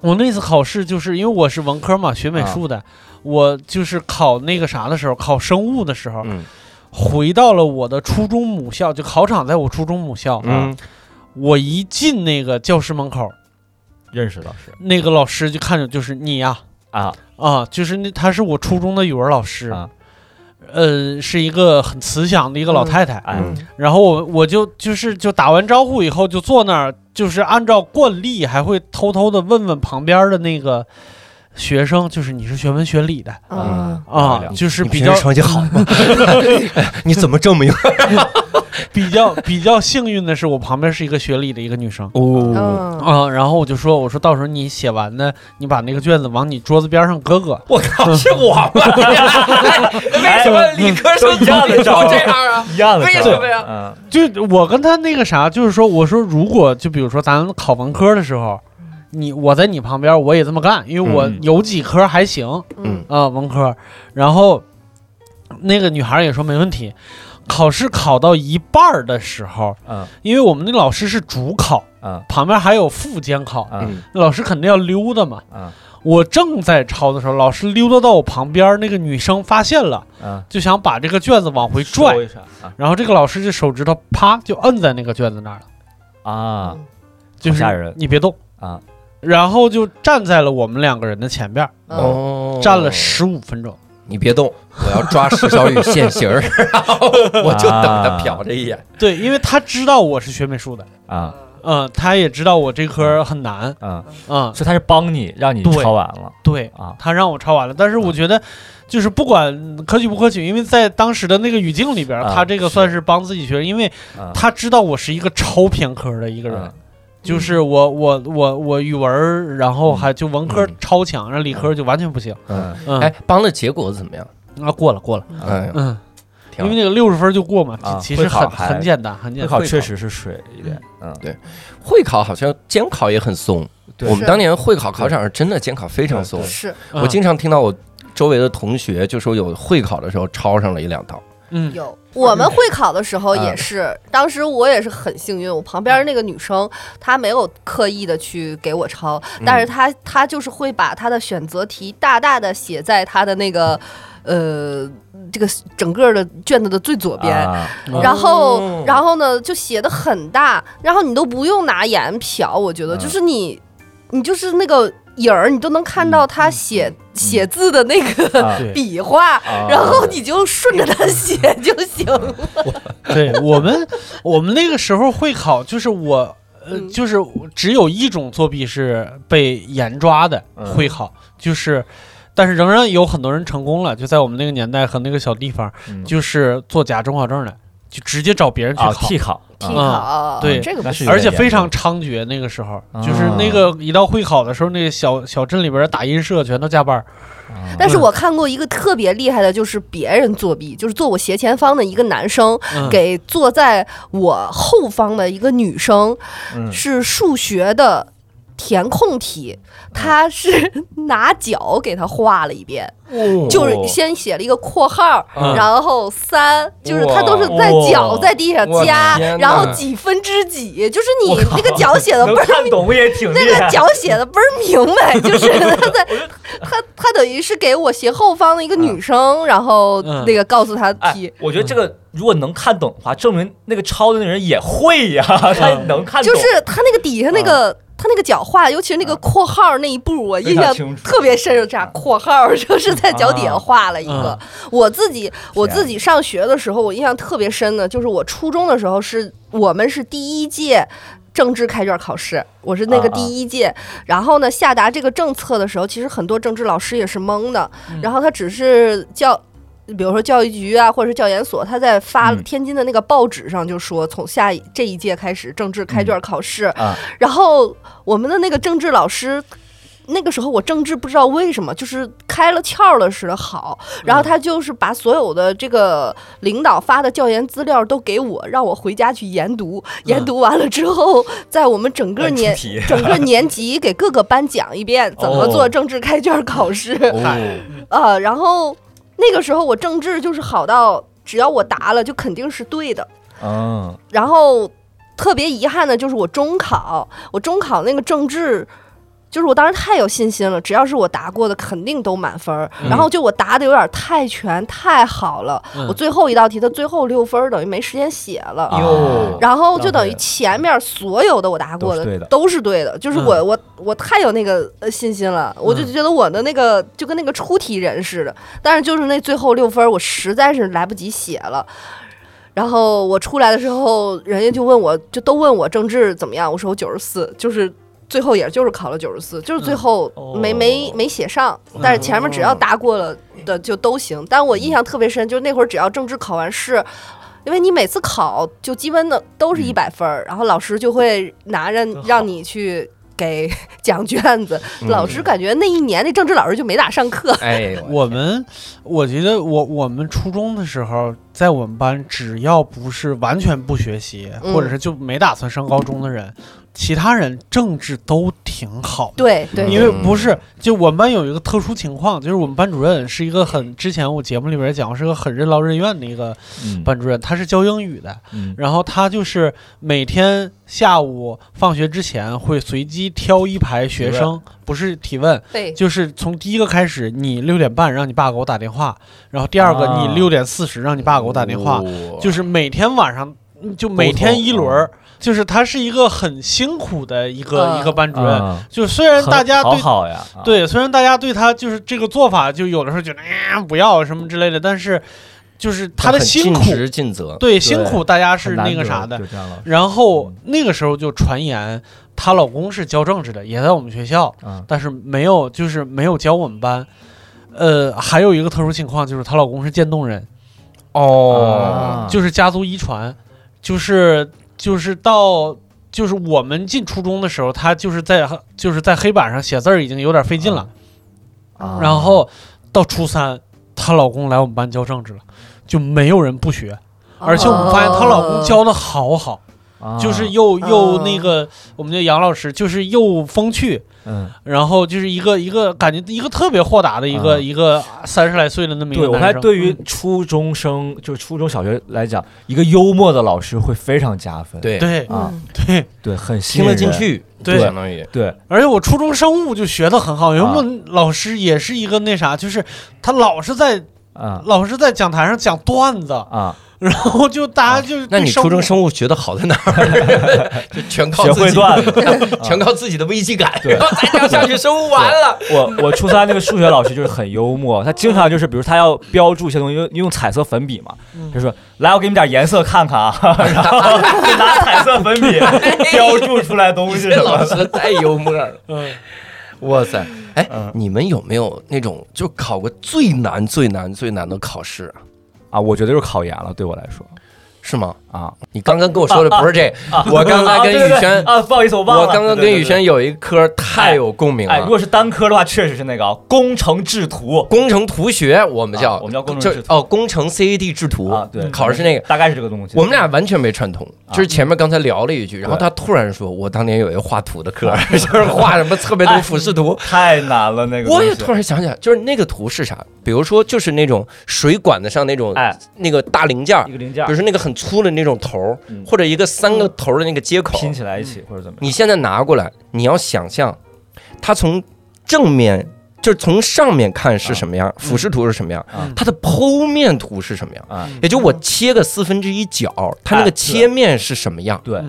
我那次考试就是因为我是文科嘛，学美术的，啊我就是考那个啥的时候，考生物的时候，嗯回到了我的初中母校，就考场在我初中母校，嗯我一进那个教室门口。认识老师那个老师就看着就是你呀、啊，啊，就是那她是我初中的语文老师，啊呃，是一个很慈祥的一个嗯老太太。哎，然后我我就就是就打完招呼以后就坐那儿，就是按照惯例还会偷偷的问问旁边的那个学生，就是你是学文学理的嗯啊，聊一啊聊，就是你比平较时成绩好吗？ 你怎么证明？ 比较比较幸运的是，我旁边是一个学理的一个女生。哦，嗯啊、然后我就说，我说到时候你写完呢，你把那个卷子往你桌子边上搁搁。我嗯 靠，是我吗？为什么理科生都一样的招都这样啊？一样的为招什么呀嗯就我跟他那个啥，就是说，我说如果就比如说咱考文科的时候，你我在你旁边，我也这么干，因为我嗯有几科还行啊、嗯文科。然后那个女孩也说没问题。考试考到一半儿的时候，嗯因为我们那老师是主考，嗯旁边还有副监考，嗯那老师肯定要溜达嘛。嗯我正在抄的时候，老师溜达到我旁边，那个女生发现了，嗯，就想把这个卷子往回拽说。一下啊然后这个老师这手指头啪就摁在那个卷子那儿了，嗯啊就是好吓人你别动啊！然后就站在了我们两个人的前边儿，哦，哦站了十五分钟。你别动，我要抓石小雨现行儿， 然后我就等他瞟这一眼。对，因为他知道我是学美术的，啊嗯，他也知道我这科很难，嗯，嗯，所以他是帮你让你对抄完了对啊，他让我抄完了。但是我觉得，就是不管科举不科举，因为在当时的那个语境里边儿，啊他这个算是啊帮自己学，因为嗯他知道我是一个超偏科的一个人，嗯就是我我我我语文儿，然后还就文科嗯超强，然后理科就完全不行。嗯嗯，哎，帮的结果怎么样？啊，过了过了，哎，嗯，挺因好为那个六十分就过嘛，啊其其实会考很还很简单，很会简单。考确实是水一点，嗯会考好像监考也很松，对我们是当年会考考场是真的监考非常松对。是嗯我经常听到我周围的同学就说有会考的时候抄上了一两道。 嗯有。我们会考的时候也是，当时我也是很幸运，我旁边那个女生她没有刻意的去给我抄，但是她她就是会把她的选择题大大的写在她的那个呃这个整个的卷子的最左边， 啊哦然哦后，然后呢，就写的很大，然后你都不用拿眼瞟，我觉得嗯就是你，你就是那个影儿，你都能看到他写写字的那个啊对笔画，啊 然后你就顺着他 写就行了。 对我们我们那个时候会考，就是我呃嗯就是只有一种作弊是被严抓的嗯会考，就是但是仍然有很多人成功了，就在我们那个年代和那个小地方，嗯就是做假中考证的，就直接找别人去啊考替考替啊考，对这个不那是行有而点且严非重常猖獗。那个时候，啊就是那个一到会考的时候，那个小小镇里边的打印社全都加班儿。但是嗯我看过一个特别厉害的，就是别人作弊，就是坐我斜前方的一个男生，嗯、给坐在我后方的一个女生，嗯是数学的填空题，他是拿脚给他画了一遍，哦就是先写了一个括号，嗯然后三，就是他都是哇在脚在地上我加天，然后哪几分之几，就是你我靠那个 脚写的嗯能倍儿看懂也挺那厉害个。脚写的倍儿明 白，就是他在他他等于是给我斜后方的一个女生，然后嗯那个告诉他嗯哎题，，我觉得这个如果能看懂的话，证明那个抄的那个人也会呀，嗯他能看懂，嗯就是他那个底下那个他那个脚画，尤其是那个括号那一步，我印非常象清楚嗯特别深，这样括号 就是在脚底下画了一个啊。我自己我自己上学的时候，我印象特别深的就是我初中的时候是我们是第一届。政治开卷考试，我是那个啊啊第一届。然后呢，下达这个政策的时候，其实很多政治老师也是懵的。嗯然后他只是教，比如说教育局啊，或者是教研所，他在发嗯天津的那个报纸上就说，从下一这一届开始，政治开卷考试。啊然后我们的那个政治老师。那个时候我政治不知道为什么就是开了窍了似的好，然后他就是把所有的这个领导发的教研资料都给我，让我回家去研读。研读完了之后，在我们整个出 年题整个年级给各个班讲一遍怎么做政治开卷考试。哦， 呃，然后那个时候我政治就是好到只要我答了就肯定是对的，嗯，然后特别遗憾的就是我中考，我中考那个政治。就是我当时太有信心了，只要是我答过的，肯定都满分儿。然后就我答的有点太全太好了，嗯我最后一道题它最后六分儿，等于没时间写了。啊哟，然后就浪等费于了前面所有的我答过嗯都是对的都是对的，就是嗯我、我我太有那个呃信心了，我就嗯觉得我的那个就跟那个出题人似的，但是就是那最后六分儿我实在是来不及写了。然后我出来的时候，人家就问我，就都问我政治怎么样，我说我九十四，就是最后也就是考了九十四，就是最后没、哦嗯没没写上，但是前面只要答过了的就都行。但我印象特别深，就是那会儿只要政治考完试，因为你每次考就基本的都嗯是一百分儿，然后老师就会拿着好让你去给讲卷子。嗯老师感觉那一年那政治老师就没咋上课， 哎呦，我们，我觉得我我们初中的时候，在我们班，只要不是完全不学习，嗯或者是就没打算上高中的人，其他人政治都挺好的。对对，因为不是，就我们班有一个特殊情况，就是我们班主任是一个很之前我节目里边讲过是个很任劳任怨的一个嗯班主任，他是教英语的，嗯然后他就是每天下午放学之前会随机挑一排学生，不是提问，对就是从第一个开始，你六点半让你爸给我打电话，然后第二个啊你六点四十让你爸给我打电话，哦就是每天晚上嗯就每天一轮啊儿，就是他是一个很辛苦的一个、嗯一个班主任，嗯就虽然大家好对好呀，啊，对，虽然大家对他就是这个做法，就有的时候觉得啊不要什么之类的，但是就是他的很辛苦尽，职尽责，对辛苦大家很是难那个得啥的就。这样了，然后嗯那个时候就传言她老公是教政治的，也在我们学校，嗯但是没有就是没有教我们班。呃，还有一个特殊情况就是她老公是渐冻人，啊哦，就就是家族遗传，就是就是到就是我们进初中的时候，她就是在就是在黑板上写字儿已经有点费劲了。啊然后到初三，她老公来我们班教政治了，就没有人不学，而且我哦们发现她老公教的好好，啊就是又又那个我们的杨老师就是又风趣，嗯，然后就是一个一个感觉一个特别豁达的一个啊一个三十来岁的那么一对个我男看生。嗯对于嗯初中生，就初中小学来讲，一个幽默的老师会非常加分，对，对啊，嗯对对，很吸听引得进人，去，对相当于对，而且我初中生物就学的很好，因为啊我们老师也是一个那啥，就是他老是在啊老是在讲台上讲段子，啊，然后就大家就是那你对生初中物生物学的好在哪儿？ 就全靠学自己会段子， 全靠自己的危机感。对然后 咱俩上去生物完了，我 我初三那个数学老师就是很幽默，他经常就是，比如他要标注一些东西，用用彩色粉笔嘛，嗯就说来我给你们点颜色看看啊， 然后就拿彩色粉 笔标注出来东西这什么老的。师太幽默了。 嗯哇塞，哎嗯，你们有没有那种就考过最难、最难、最难的考试啊？啊，我觉得就是考研了，对我来说，是吗？啊，你刚刚跟我说的不是这啊我刚才跟啊对对对宇轩啊，不好意思，我忘了。我刚刚跟宇对。对对轩有一科太有共鸣哎，如了。果是单科的话，确实是那个啊，工程制图工程图学，我们叫啊我们叫工程就制图哦，工程 CAD 制图啊，对，考的是那个。大概是这个东西。我们俩完全没串通，啊就是前面刚才聊了一句，然后他突然说，我当年有一个画图的课，啊 就是画什么特别多俯视图。太难了，哎那个我东也西突然想起来，就是那个图是啥？比如说，就是那种水管子上那种哎，那个大零件儿，一个比零件如说那个很粗的那种头儿嗯，或者一个三个头儿的那个接口，拼起来一起或者怎么样？嗯你现在拿过来，你要想象，它从正面，就是从上面看是什么样，俯视图是什么样，嗯啊它的剖面图是什么样，啊，也就我切个四分之一角，它那哎个切面是什么样。对，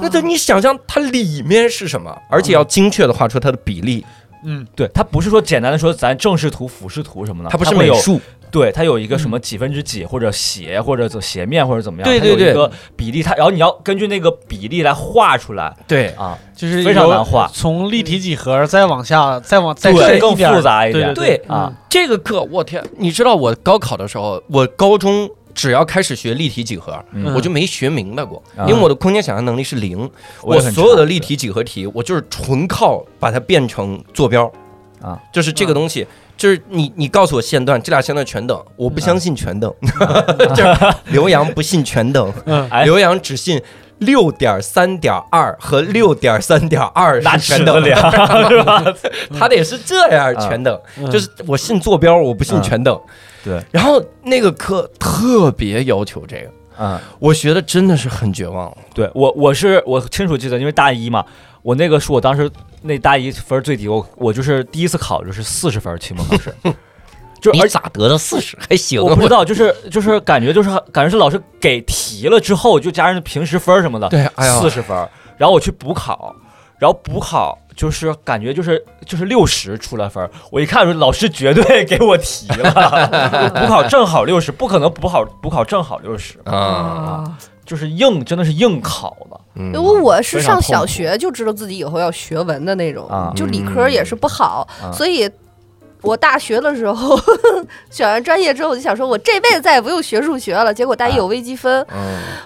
那就你想象它里面是什么，而且要精确的画出它的比例，嗯，对，它不是说简单的说咱正视图、俯视图什么的，嗯它不是会美有，术，嗯对，它有一个什么几分之几或者斜或者斜面或者怎么样，对它有对对一个比例，它然后你要根据那个比例来画出来对啊，就是非常有难画嗯从立体几何再往下，再往再对深更一点儿复杂一点对对对啊，这个课，我天！你知道我高考的时候，我高中只要开始学立体几何，嗯我就没学明白过，啊因为我的空间想象能力是零，我我也很所有的差立体几何题，我就是纯靠把它变成坐标啊，就是这个东西。就是你，你告诉我线段，这俩线段全等，我啊不相信全等。 就是刘洋不信全等，嗯哎刘洋只信六点三点二和六点三点二拿是尺全子等，量是吧？ 他得是这啊样嗯全等。嗯就是我信坐标，我不信全等。 对，然后那个课特别要求这个，嗯，我学的真的是很绝望。对我，我是我清楚记得，因为大一嘛，我那个是我当时那大一分儿最低，我我就是第一次考就是四十分儿期末考试， 就你而咋得的四十？还行啊，我不知道，就是就是感觉就是感觉是老师给题了之后，就加上平时分儿什么的，对，哎呀四，十分儿，然后我去补考，然后补考就是感觉就是就是六十出来分儿，我一看老师绝对给我题了，我补考正好六十，不可能补考补考正好六十，啊，啊！就是硬真的是硬考的。嗯因为我是非常上痛小苦学就知道自己以后要学文的那种啊，就理科也是不好嗯啊，所以。我大学的时候 选完专业之后，我就想说，我这辈子再也不用学数学了。结果大一有微积分，嗯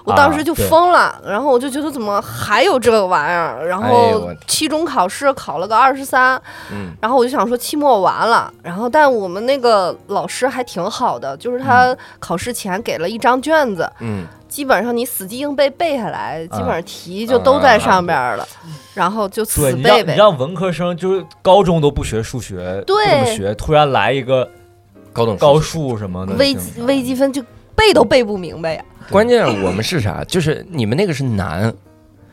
我当时就疯了。然后我就觉得怎么还有这个玩意儿？然哎呦后我天期中考试考了个二十三，嗯然后我就想说期末完了，然后但我们那个老师还挺好的，就是他考试前给了一张卷子，嗯，基本上你死记硬背背下来，基本上题就啊都在上边儿了，然后就对死你背让你呗。让文科生就是高中都不学数学，对不怎么学，突然来一个高等高数学。数什么的，微行微积分就背都背不明白呀。关键我们是啥？就是你们那个是难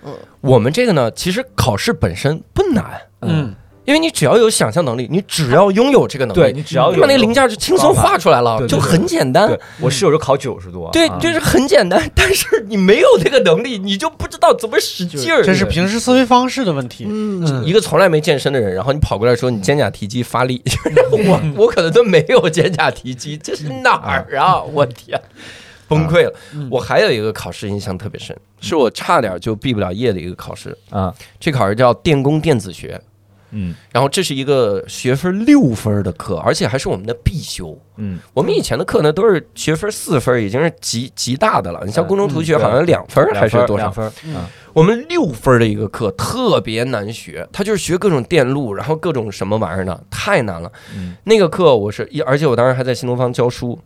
嗯，我们这个呢，其实考试本身不难，嗯，嗯，因为你只要有想象能力，你只要拥有这个能对力，你只要你有把那个零件就轻松画出来了，对对就对很简单对。，我室友就考九十多，对啊，就是很简单，但是你没有那个能力，你就不知道怎么使劲儿。这是平时思维方式的问题。嗯，一嗯，个从来没健身的人，然后你跑过来说你肩胛提肌发力， 我我可能都没有肩胛提肌，这是哪儿啊？我天， 崩溃了嗯！我还有一个考试印象特别深，是我差点就毕不了业的一个考试。啊，这考试叫电工电子学，嗯然后这是一个学分六分的课，而且还是我们的必修。嗯，我们以前的课呢都是学分四分，已经是极极大的了。你像工程图学嗯好像两分还是多少两？分儿？嗯啊我们六分的一个课特别难学，它就是学各种电路，然后各种什么玩意儿的，太难了。嗯那个课我是一，而且我当时还在新东方教书，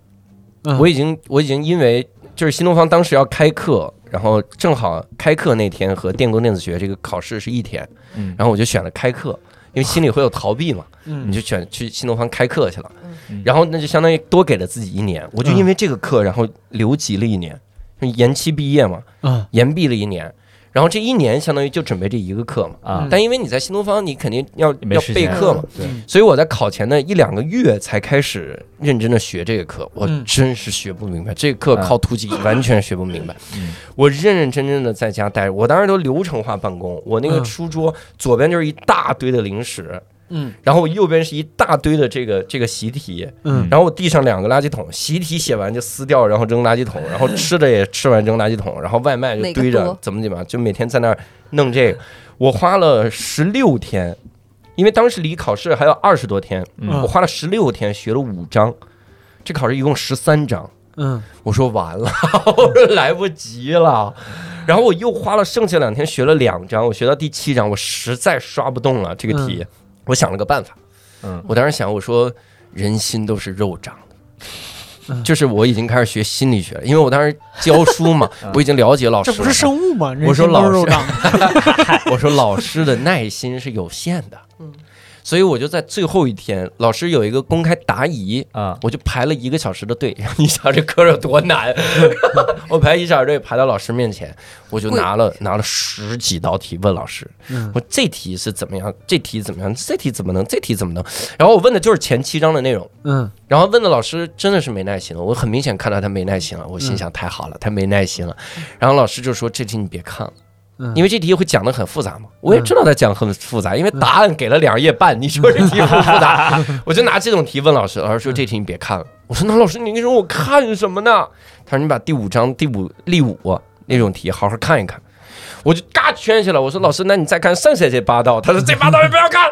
嗯我已经我已经因为就是新东方当时要开课，然后正好开课那天和电工电子学这个考试是一天，嗯，然后我就选了开课，因为心里会有逃避嘛，你嗯就选去新东方开课去了嗯，然后那就相当于多给了自己一年，我嗯就因为这个课然后留级了一年，就延期毕业嘛，嗯延毕了一年，然后这一年相当于就准备这一个课嘛。啊嗯，但因为你在新东方，你肯定要没要时备间课嘛，对嗯所以我在考前的一两个月才开始认真的学这个课，我嗯真是学不明白，这个课靠 突击完全学不明白。嗯我认认真真的在家待着，我当时都流程化办公，我那个嗯书桌左边就是一大堆的零食，嗯然后我右边是一大堆的这个这个习题，嗯然后我地上两个垃圾桶，习题写完就撕掉，然后扔垃圾桶，然后吃的也吃完扔垃圾桶，然后外卖就堆哪个着多，怎么怎么样，就每天在那儿弄这个。我花了十六天，因为当时离考试还有二十多天，嗯我花了十六天学了五章，这考试一共十三章，嗯，我说完了， 我说来不及了。然后我又花了剩下两天学了两章，我学到第七章，我实在刷不动了这个嗯题，我想了个办法。嗯，我当时想，我说人心都是肉长的，嗯就是我已经开始学心理学了，因为我当时教书嘛，我已经了解老嗯师啊这了。不是生物吗？我说人心都是 老肉师长，我说老师的耐心是有限的，嗯所以我就在最后一天，老师有一个公开答疑，啊，我就排了一个小时的队。 你想这课有多难？ 我排一小时队，排到老师面前，我就拿了拿了十几道题问老师，嗯我这题是怎么样？这题怎么样？这题怎么能？这题怎么能？然后我问的就是前七章的内容。嗯然后问的老师真的是没耐心了，我很明显看到他没耐心了，我心想太好了，他没耐心了。然后老师就说这题你别看了嗯。因为这题会讲的很复杂嘛，我也知道他讲很复杂，因为答案给了两页半，你说这题复不复杂？我就拿这种题问老师，老师说这题你别看了。我说那老师你说我看什么呢？他说你把第五章第五例五那种题好好看一看。我就嘎圈起来，我说老师，那你再看剩下这八道。他说这八道也不要看，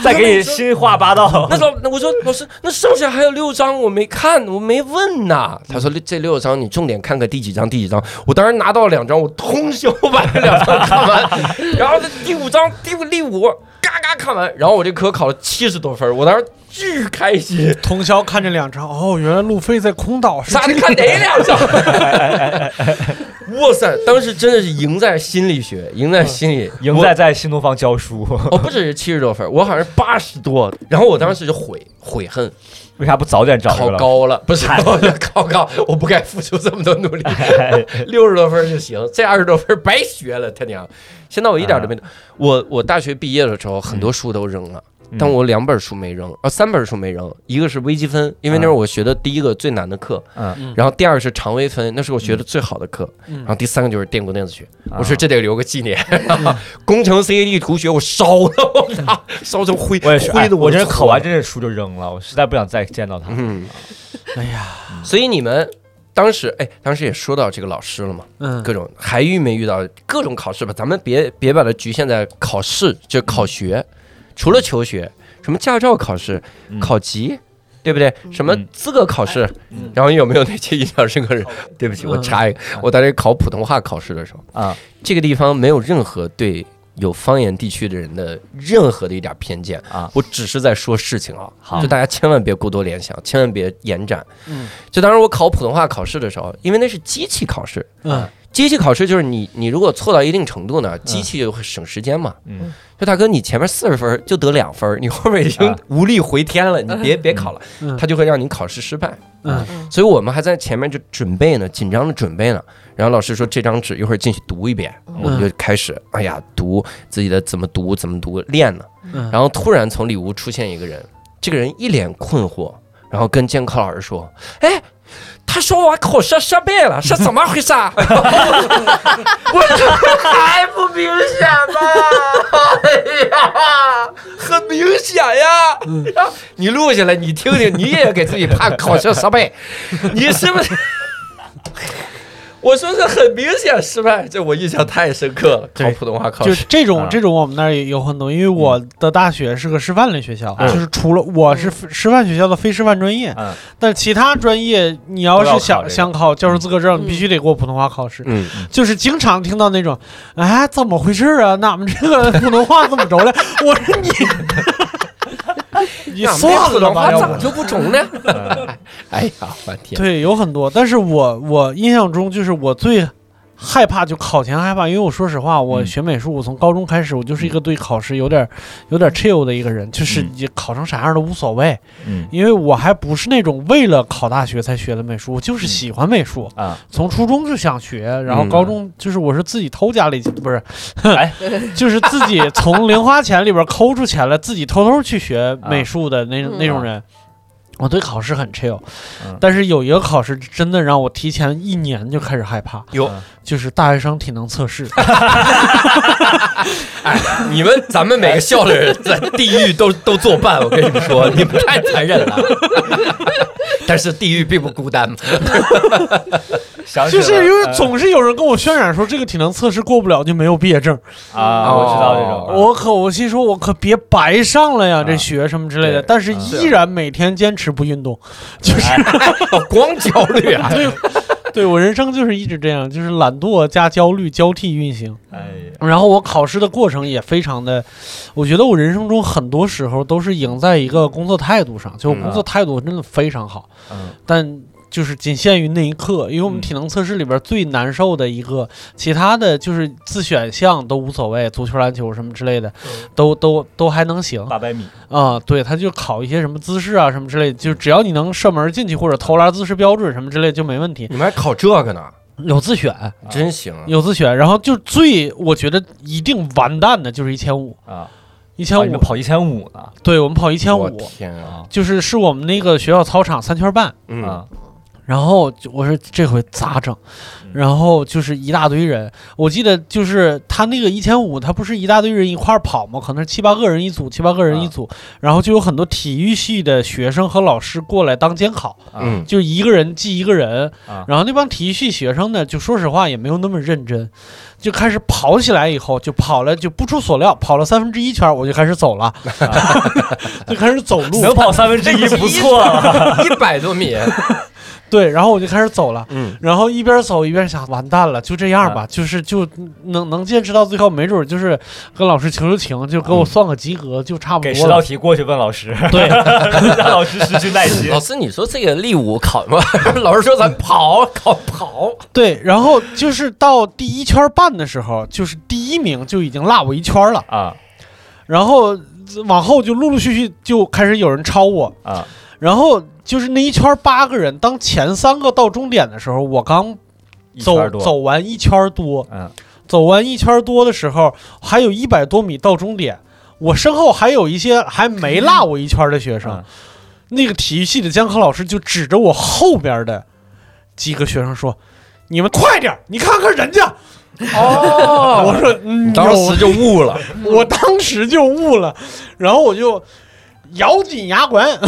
再给你新话八道 那老那我说老师，那剩下还有六章我没看，我没问呐。他说这六章你重点看看第几章，第几章。我当时拿到两章，我通宵把这两章看完， 然后这第五章第五第五嘎嘎看完，然后我这科考了七十多分，我当时巨开心。通宵看这两张，哦，原来路飞在空岛是咋这的？个看哪两章？ 哇塞！当时真的是赢在心理学，赢在心理， 赢在在新东方教书，我。我不只是七十多分，我好像是八十多。然后我当时就悔悔恨， 为啥不早点找这考个老师？高了，不是考高，我不该付出这么多努力，六十多分就行，这二十多分白学了，他娘！现在我一啊点都没，我我大学毕业的时候很多书都扔了，嗯但我两本书没扔，啊三本书没扔，一个是微积分，因为那是我学的第一个最难的课，嗯，然后第二个是常微分，那是我学的最好的课，嗯然后第三个就是电工电子学，啊嗯我说这得留个纪念。 工程 CAD 图学我烧了，我操，烧成灰，我也是，灰哎的我真是考完这。这些书就扔了，我实在不想再见到他。嗯，哎呀，所以你们当时，哎，当时也说到这个老师了嘛，嗯各种还遇没遇到各种考试吧？咱们别别把它局限在考试，就嗯考学，除了求学，什么驾照考试、嗯考级。对不对？什么嗯资格考试？嗯然后有没有那些印象深刻的人？对不起，我插一个，我当时考普通话考试的时候，啊，这个地方没有任何对有方言地区的人的任何的一点偏见啊我只是在说事情啊，好就大家千万别过多联想，千万别延展。嗯，就当时我考普通话考试的时候，因为那是机器考试，嗯机器考试就是你你如果错到一定程度呢，机器就会省时间嘛。嗯，就大哥，你前面四十分就得两分，你后面已经啊无力回天了，你别别考了嗯，他就会让你考试失败。嗯所以我们还在前面就准备呢，紧张的准备呢。然后老师说这张纸一会儿进去读一遍，我们就嗯开始，哎呀，读自己的怎么读怎么读练呢。嗯然后突然从里屋出现一个人，这个人一脸困惑，然后跟监考老师说：“哎。”他说我口舌生病了，是怎么回事啊？我这还不明显吗？哎呀，很明显呀！你录下来，你听听，你也给自己判考试失败，你是不是？我说是很明显失败，这我印象太深刻了。考对普通话考就试，是这种啊这种我们那儿也有很多，因为我的大学是个师范类学校，嗯就是除了我是嗯非师范学校的非师范专业嗯，但其他专业你要都要考是想这个想考教师资格证，嗯你必须得过普通话考试。嗯，就是经常听到那种，哎，怎么回事啊？那我们这个普通话怎么着 了？我说你，你那算普了通吧，话要怎不么就不中呢？嗯 哎呀，我天！对，有很多。但是我我印象中就是我最害怕就考前害怕，因为我说实话，我嗯学美术，我从高中开始，我就是一个对考试有点有嗯点 chill 的一个人，就是嗯也考成啥样都无所谓，嗯因为我还不是那种为了考大学才学的美术，我就是喜欢美术，啊，从初中就想学，然后嗯高中就是我是自己偷家里不是，哎 就是自己从零花钱里边抠出钱来，自己偷偷去学美术的那、嗯那种人。我对考试很 chill，、嗯但是有一个考试真的让我提前一年就开始害怕，哟啊就是大学生体能 测试。你们咱们每个校的人在地狱都都作伴，我跟你们说，你们太残忍了。 但是地狱并不孤单嘛。想起就来是因为了总是有人跟我渲染说这个体能测试过不了就没有毕业证，啊，我知道这种，哦我可我心说我可别白上了呀，这啊学什么之类的，对但是啊依然每天坚持不运动，就是 光焦虑啊！ 对，对我人生就是一直这样，就是懒惰加焦虑交替运行。哎呀，然后我考试的过程也非常的，我觉得我人生中很多时候都是赢在一个工作态度上，就我嗯工作态度真的非常好，嗯但就是仅限于那一刻，因为我们体能测试里边最难受的一个，其他的就是自选项都无所谓，足球、篮球什么之类的，都都都还能行啊、八百米，对，他就考一些什么姿势啊什么之类的，就只要你能射门进去或者投篮姿势标准什么之类的就没问题， 你们还考这个呢，有自选。真行啊！有自选，然后就最我觉得一定完蛋的就是一千五，啊，一啊千你们五，跑一千五呢对我们跑一千我五，天啊！啊就是是我们那个学校操场三圈半，嗯，啊，然后就我说这回咋整嗯？然后就是一大堆人，我记得就是他那个一千五，他不是一大堆人一块儿跑吗？可能是七八个人一组，七八个啊人一组，然后就有很多体育系的学生和老师过来当监考，嗯，就一个人记一个人，啊然后那帮体育系学生呢，就说实话也没有那么认真，就开始跑起来以后，就跑了，就不出所料，跑了三分之一圈儿，我就开始 走了，就开始走路，能跑三分之一不错啊 了，一百多米，对，然后我就开始走了。嗯，然后一边走一边想，完蛋了，就这样啊吧，就是就能能坚持到最后，没准儿就是跟老师求求情，就给我算个及格，就差不给多十道了。题过去问老 师，对，让老师失去耐心老。师，你说这个力五考吗？ 老师说咱跑，考跑，对，然后就是到第一圈半的时候，就是第一名就已经落我一圈了，啊然后呃往后就陆陆续续就开始有人超我，啊然后就是那一圈八个人，当前三个到终点的时候，我刚一圈走多走完一圈多，嗯走完一圈多的时候，还有一百多米到终点，我身后还有一些还没落我一圈的学生，嗯那个体育系的监考老师就指着我后边的几个学生说：“你们快点儿，你看看人家。”哦，我说，嗯，当有时就悟了，我当时就悟了，然后我就咬紧牙关，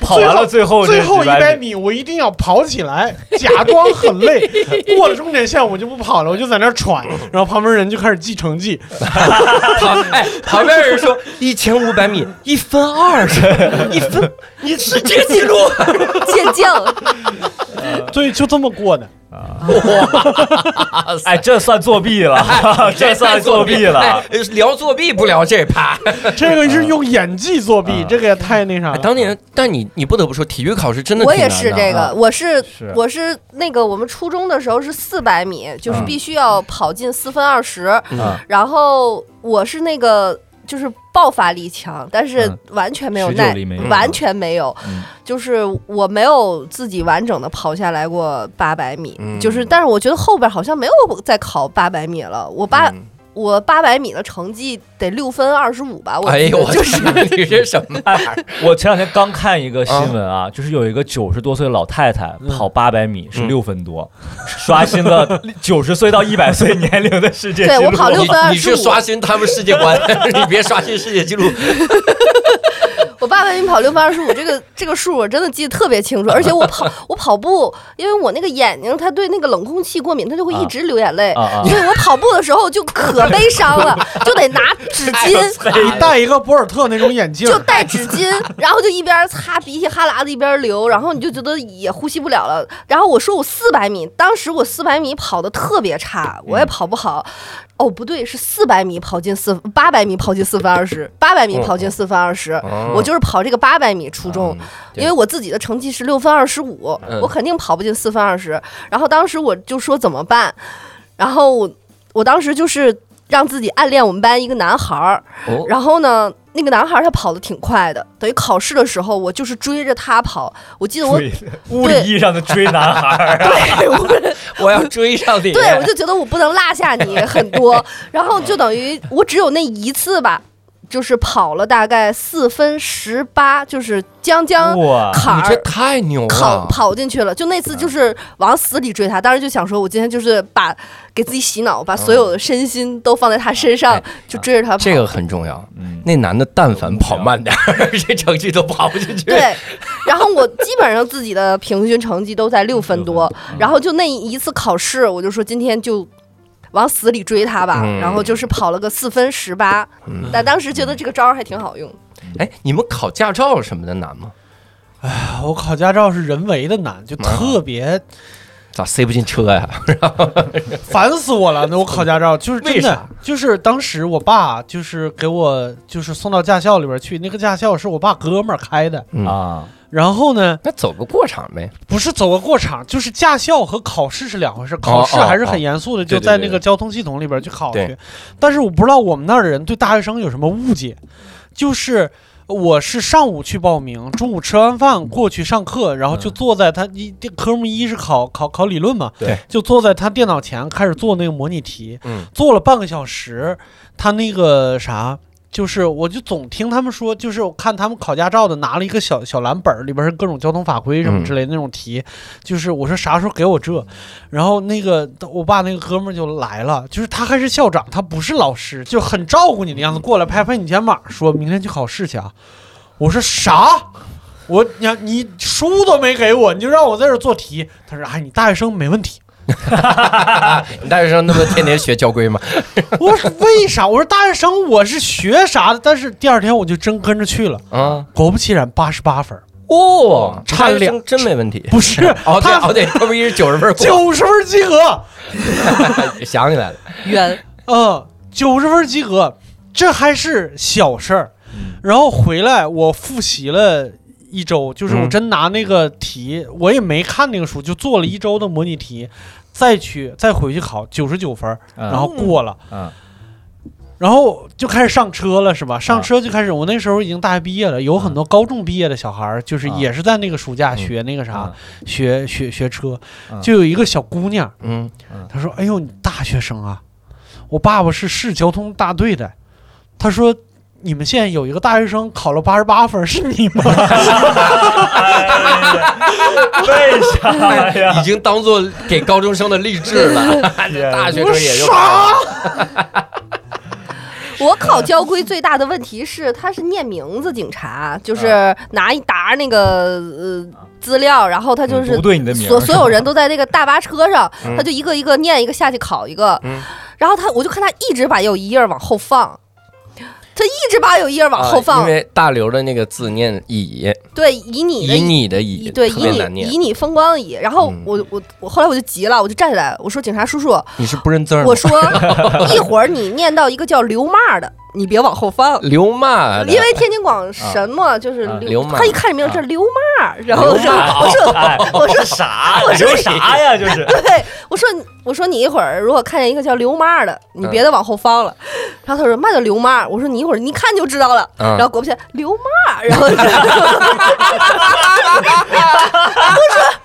跑完了最后最这后一几百百，米我一定要跑起来，假装很累。过了终点线我就不跑了，我就在那儿喘，嗯然后旁边人就开始记成绩， 旁哎，旁边人说一千五百米一分二十， 一分，你世界纪 录，健将，嗯对，就这么过的。哎，这算作弊了， 这算作弊了哎。聊作弊不聊这趴。这个是用演技作弊啊，这个也太那啥哎了。当年，但你你不得不说，体育考试真的我挺也难是的这啊个，我是是我是那个我们初中的时候是四百米，就是嗯必须要跑进四分二十，嗯啊然后我是那个就是爆发力强，但是嗯完全没有持久耐，力没有完全没有，嗯就是我没有自己完整的跑下来过八百米，嗯就是但是我觉得后边好像没有再考八百米了，我八、嗯我八百米的成绩得六分二十五吧，我哎记呦，得我就就是是你这什么玩意儿？哎我前两天刚看一个新闻嗯啊，就是有一个九十多岁的老太太跑八百米是六分多，刷新 了九十岁到一百岁年龄的世界纪对录。我跑哦六你分二你十是五，刷新他们世界观， 你别刷新世界纪录。我八百米跑六分二十五，这个这个数我真的记得特别清楚，而且我跑我跑步，因为我那个眼睛它对那个冷空气过敏，它就会一直流眼泪。啊啊所以我跑步的时候就可悲伤了，就得拿纸巾，你戴一个博尔特那种眼镜就，戴纸巾，然后就一边擦鼻涕哈喇子一边流，然后你就觉得也呼吸不了了。然后我说我四百米，当时我四百米跑的特别差，我也跑不好。哦，不对，是四百米跑进四八百米跑进四分二十，八百米跑进四分二十。我就是跑这个八百米初中，对因为我自己的成绩是六分二十五嗯，我肯定跑不进四分二十。然后当时我就说怎么办，然后我我当时就是让自己暗恋我们班一个男孩儿，哦然后呢，那个男孩儿他跑得挺快的，等于考试的时候我就是追着他跑。我记得我对，物理意义上的追男孩，对我 我要追上 你。对我 就觉得我不能落下你很多，然后就等于我只有那一次吧。就是跑了大概四分十八，就是将将哇，坎你这儿。太牛跑了！跑进去了，就那次就是往死里追他，当时就想说，我今天就是把给自己洗脑，把所有的身心都放在他身上，就追着他跑。嗯哎这个很重要。嗯，那男的但凡跑慢点儿， 这成绩都跑不 进去。对，然后我基本上自己的平均成绩都在六分多，然后就那一次考试，我就说今天就往死里追他吧，嗯然后就是跑了个四分十八，嗯但当时觉得这个招儿还挺好用。哎，你们考驾照什么的难吗？啊我考驾照是人为的难，就特别咋塞不进车呀？ 烦死我了。那我考驾照就是真为的啥，就是当时我爸就是给我就是送到驾校里边去，那个驾校是我爸哥们儿开的。嗯啊，然后呢，那走个过场呗。不是走个过场，就是驾校和考试是两回事，考试哦还是很严肃的，就对对在对那个交通系统里边去考去对。但是我不知道我们那儿的人对大学生有什么误解，就是。我是上午去报名，中午吃完饭过去上课，然后嗯就坐在他一科目一是考考考理论嘛，对，就坐在他电脑前开始做那个模拟题，嗯，做了半个小时，他那个啥，就是我就总听他们说，就是我看他们考驾照的拿了一个小小蓝本儿，里边是各种交通法规什么嗯之类的那种题，就是我说啥时候给我这，然后那个我爸那个哥们儿就来了，就是他还是校长，他不是老师，就很照顾你的样嗯子，过来拍拍你肩膀，说明天去考试去啊。我说啥？我你你书都没给我，你就让我在这儿做题。他说：“哎，你大学生没问题。”你大学生那不天天学交规吗？ 我说为啥？我说大学生我是学啥的，但是第二天我就真跟着去了。啊，果不其然，八十八分儿，哦，差差两两真没问题。不是哦对他哦对，他不一是九十分过， 九十分及格， 想起来了，冤，嗯，九十分及格，这还是小事儿。嗯然后回来我复习了一周，就是我嗯真拿那个题，嗯我也没看那个书，就做了一周的模拟题，再去再回去考九十九分儿，嗯然后过了。嗯然后就开始上车了，啊是吧？上车就开始，我那时候已经大学毕业了，有很多高中毕业的小孩儿，就是啊也是在那个暑假嗯啊学那个啥嗯，学学学车嗯，就有一个小姑娘，嗯，她说：“哎呦，你大学生啊！我爸爸是市交通大队的，他说你们县有一个大学生考了八十八分，是你吗？”为啥 呀？已经当做给高中生的励志了。大学我生也就傻，我考交规最大的问题是他是念名字警察，就是拿一沓那个呃资料，然后他就嗯是不对你的名儿所所有人都在那个大巴车上，嗯他就一个一个念一个下去考一个，嗯然后他我就看他一直把有一页儿往后放，他一直把有一页儿往后啊放，因为大刘的那个字念乙，对，以你的以你的以乙，对特以别难你念以。你风光的以，然后嗯我我我后来我就急了，我就站起来我说警察叔叔，你是不认字儿吗我？说一会儿你念到一个叫刘骂的，你别往后放。刘骂的，因为天津广什么就是啊刘骂他一看这名字这刘骂，然后我说我说哎我说啥？我说留啥呀？就是对，我说我说你一会儿如果看见一个叫刘妈的，你别再往后放了。然后他说嘛叫刘妈，我说你一会儿你一看就知道了。嗯然后果不其然刘妈，然后我说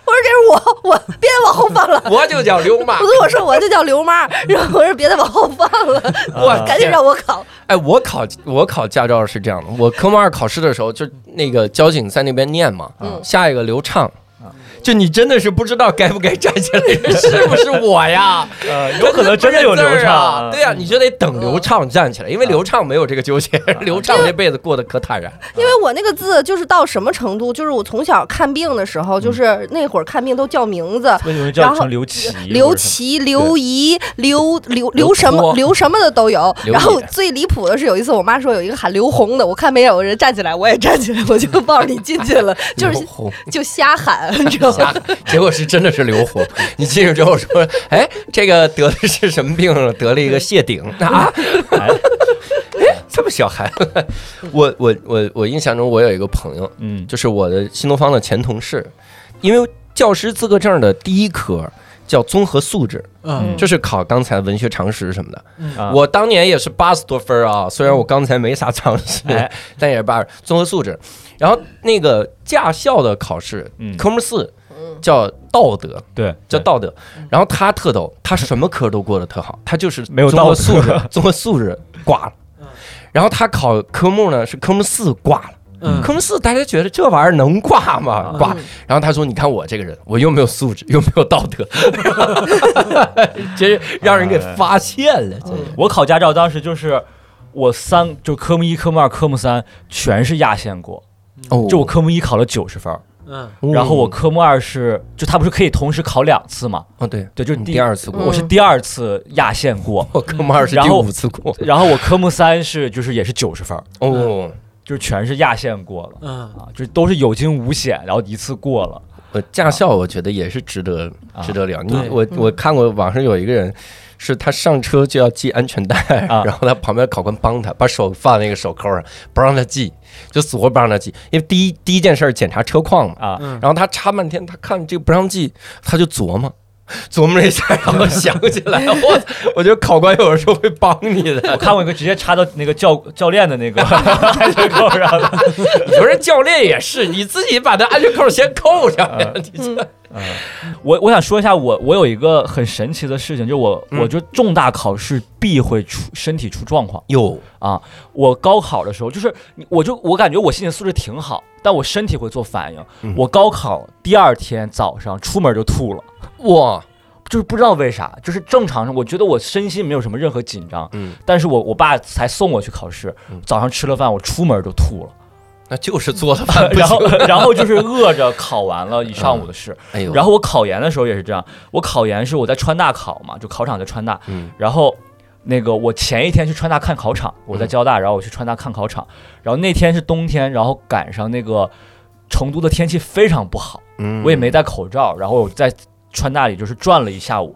我说这是我，我别再往后放了。我就叫刘骂啊我。说我说我就叫刘妈，然后我说别再往后放了，我赶紧让我考。哎，我考我考驾照是这样的，我科目二考试的时候，就那个交警在那边念嘛，嗯下一个刘畅。啊就你真的是不知道该不该站起 来，是不是我呀？呃，有可能真的有不认流字儿啊畅，啊对呀、你就得等嗯刘畅站起来，因为刘畅没有这个纠结，刘畅这辈子过得可坦然。因为我那个字就是到什么程度，就是我从小看病的时候，就是那会儿看病都叫名字，为什么然叫后成刘琦？刘琦、刘怡、刘刘刘刘什么托刘什么的都有。刘然后野最离谱的是，有一次我妈说有一个喊刘红的，我看没有人站起来，我也站起来，我就抱着你进去了，就是嗯刘红，就瞎 喊，你知道瞎吗？结果是真的是刘红。你进去之后说，哎，这个得的是什么病了？得了一个谢顶啊，哎这么小孩。 我我我我印象中，我有一个朋友，嗯，就是我的新东方的前同事，因为教师资格证的第一科叫综合素质，嗯，就是考刚才文学常识什么的。啊我当年也是八十多分儿啊，虽然我刚才没啥 常识，哎但也是八十综合素质。然后那个驾校的考试，嗯科目四叫道德，对叫对嗯道德。然后他特逗，他什么科都过得特好，他就是没有 综合道德素质，综合素质挂了。然后他考科目呢是科目四挂了。嗯科目四，大家觉得这玩意儿能挂嗯吗？挂。然后他说：“你看我这个人，我又没有素质，又没有道 德，真让人哎给发现了。真是我考驾照当时就是我三就科目一、科目二、科目三全是压线过，”哦就我科目一考了九十分儿，嗯然后我科目二是就他不是可以同时考两次嘛？哦对，对，就是你第第二次过，我是第二次压线过，我科目二是然第后五次过。然后我科目三是就是也是九十分儿，哦，就是全是压线过了。嗯，啊，就是都是有惊无险，然后一次过了。呃，驾校我觉得也是值得啊值得聊。你对我我看过网上有一个人。是他上车就要系安全带，啊 然后他旁边考官帮他把手放在那个手扣上，不让他系，就死活不让他系。因为第一第一件事儿检查车况嘛，啊然后他插半天，他看这个不让系，他就琢磨琢磨了一下，然后想起来， 我我觉得考官有的时候会帮你我 的。看过一个直接插到那个教教练的那 个安全扣上的，有人教练也是，你自己把那安全扣先扣上呀，嗯你这我我想说一下，我我有一个很神奇的事情，就是我、嗯我就重大考试必会出身体出状况有啊！我高考的时候，就是我就我感觉我心理素质挺好，但我身体会做反应。嗯我高考第二天早上出门就吐了，哇，就是不知道为啥，就是正常上我觉得我身心没有什么任何紧张，嗯，但是我我爸才送我去考试嗯，早上吃了饭我出门就吐了，那就是做的饭 不然行后。然后就是饿着考完了一上午的试，哎呦，然后我考研的时候也是这样，我考研是我在川大考嘛，就考场在川大，嗯然后那个我前一天去川大看考场，我在交大，然后我去川大看考场，然后那天是冬天，然后赶上那个成都的天气非常不好，嗯我也没戴口罩，然后我在川大里就是转了一下午，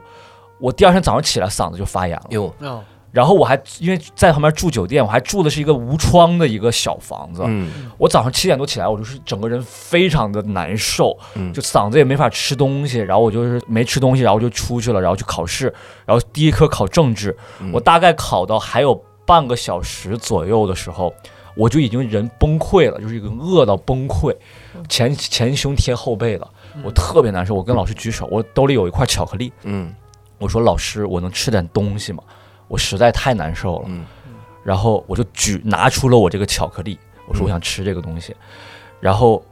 我第二天早上起来嗓子就发炎了，哟，哦然后我还因为在旁边住酒店，我还住的是一个无窗的一个小房子，嗯我早上七点多起来，我就是整个人非常的难受，嗯就嗓子也没法吃东西，然后我就是没吃东西，然后就出去了，然后去考试，然后第一科考政治，嗯我大概考到还有半个小时左右的时候，我就已经人崩溃了，就是已经饿到崩溃，前前胸贴后背了，我特别难受，我跟老师举手，我兜里有一块巧克力，嗯我说老师，我能吃点东西吗？我实在太难受了。嗯然后我就举拿出了我这个巧克力，我嗯说我想吃这个东西。然后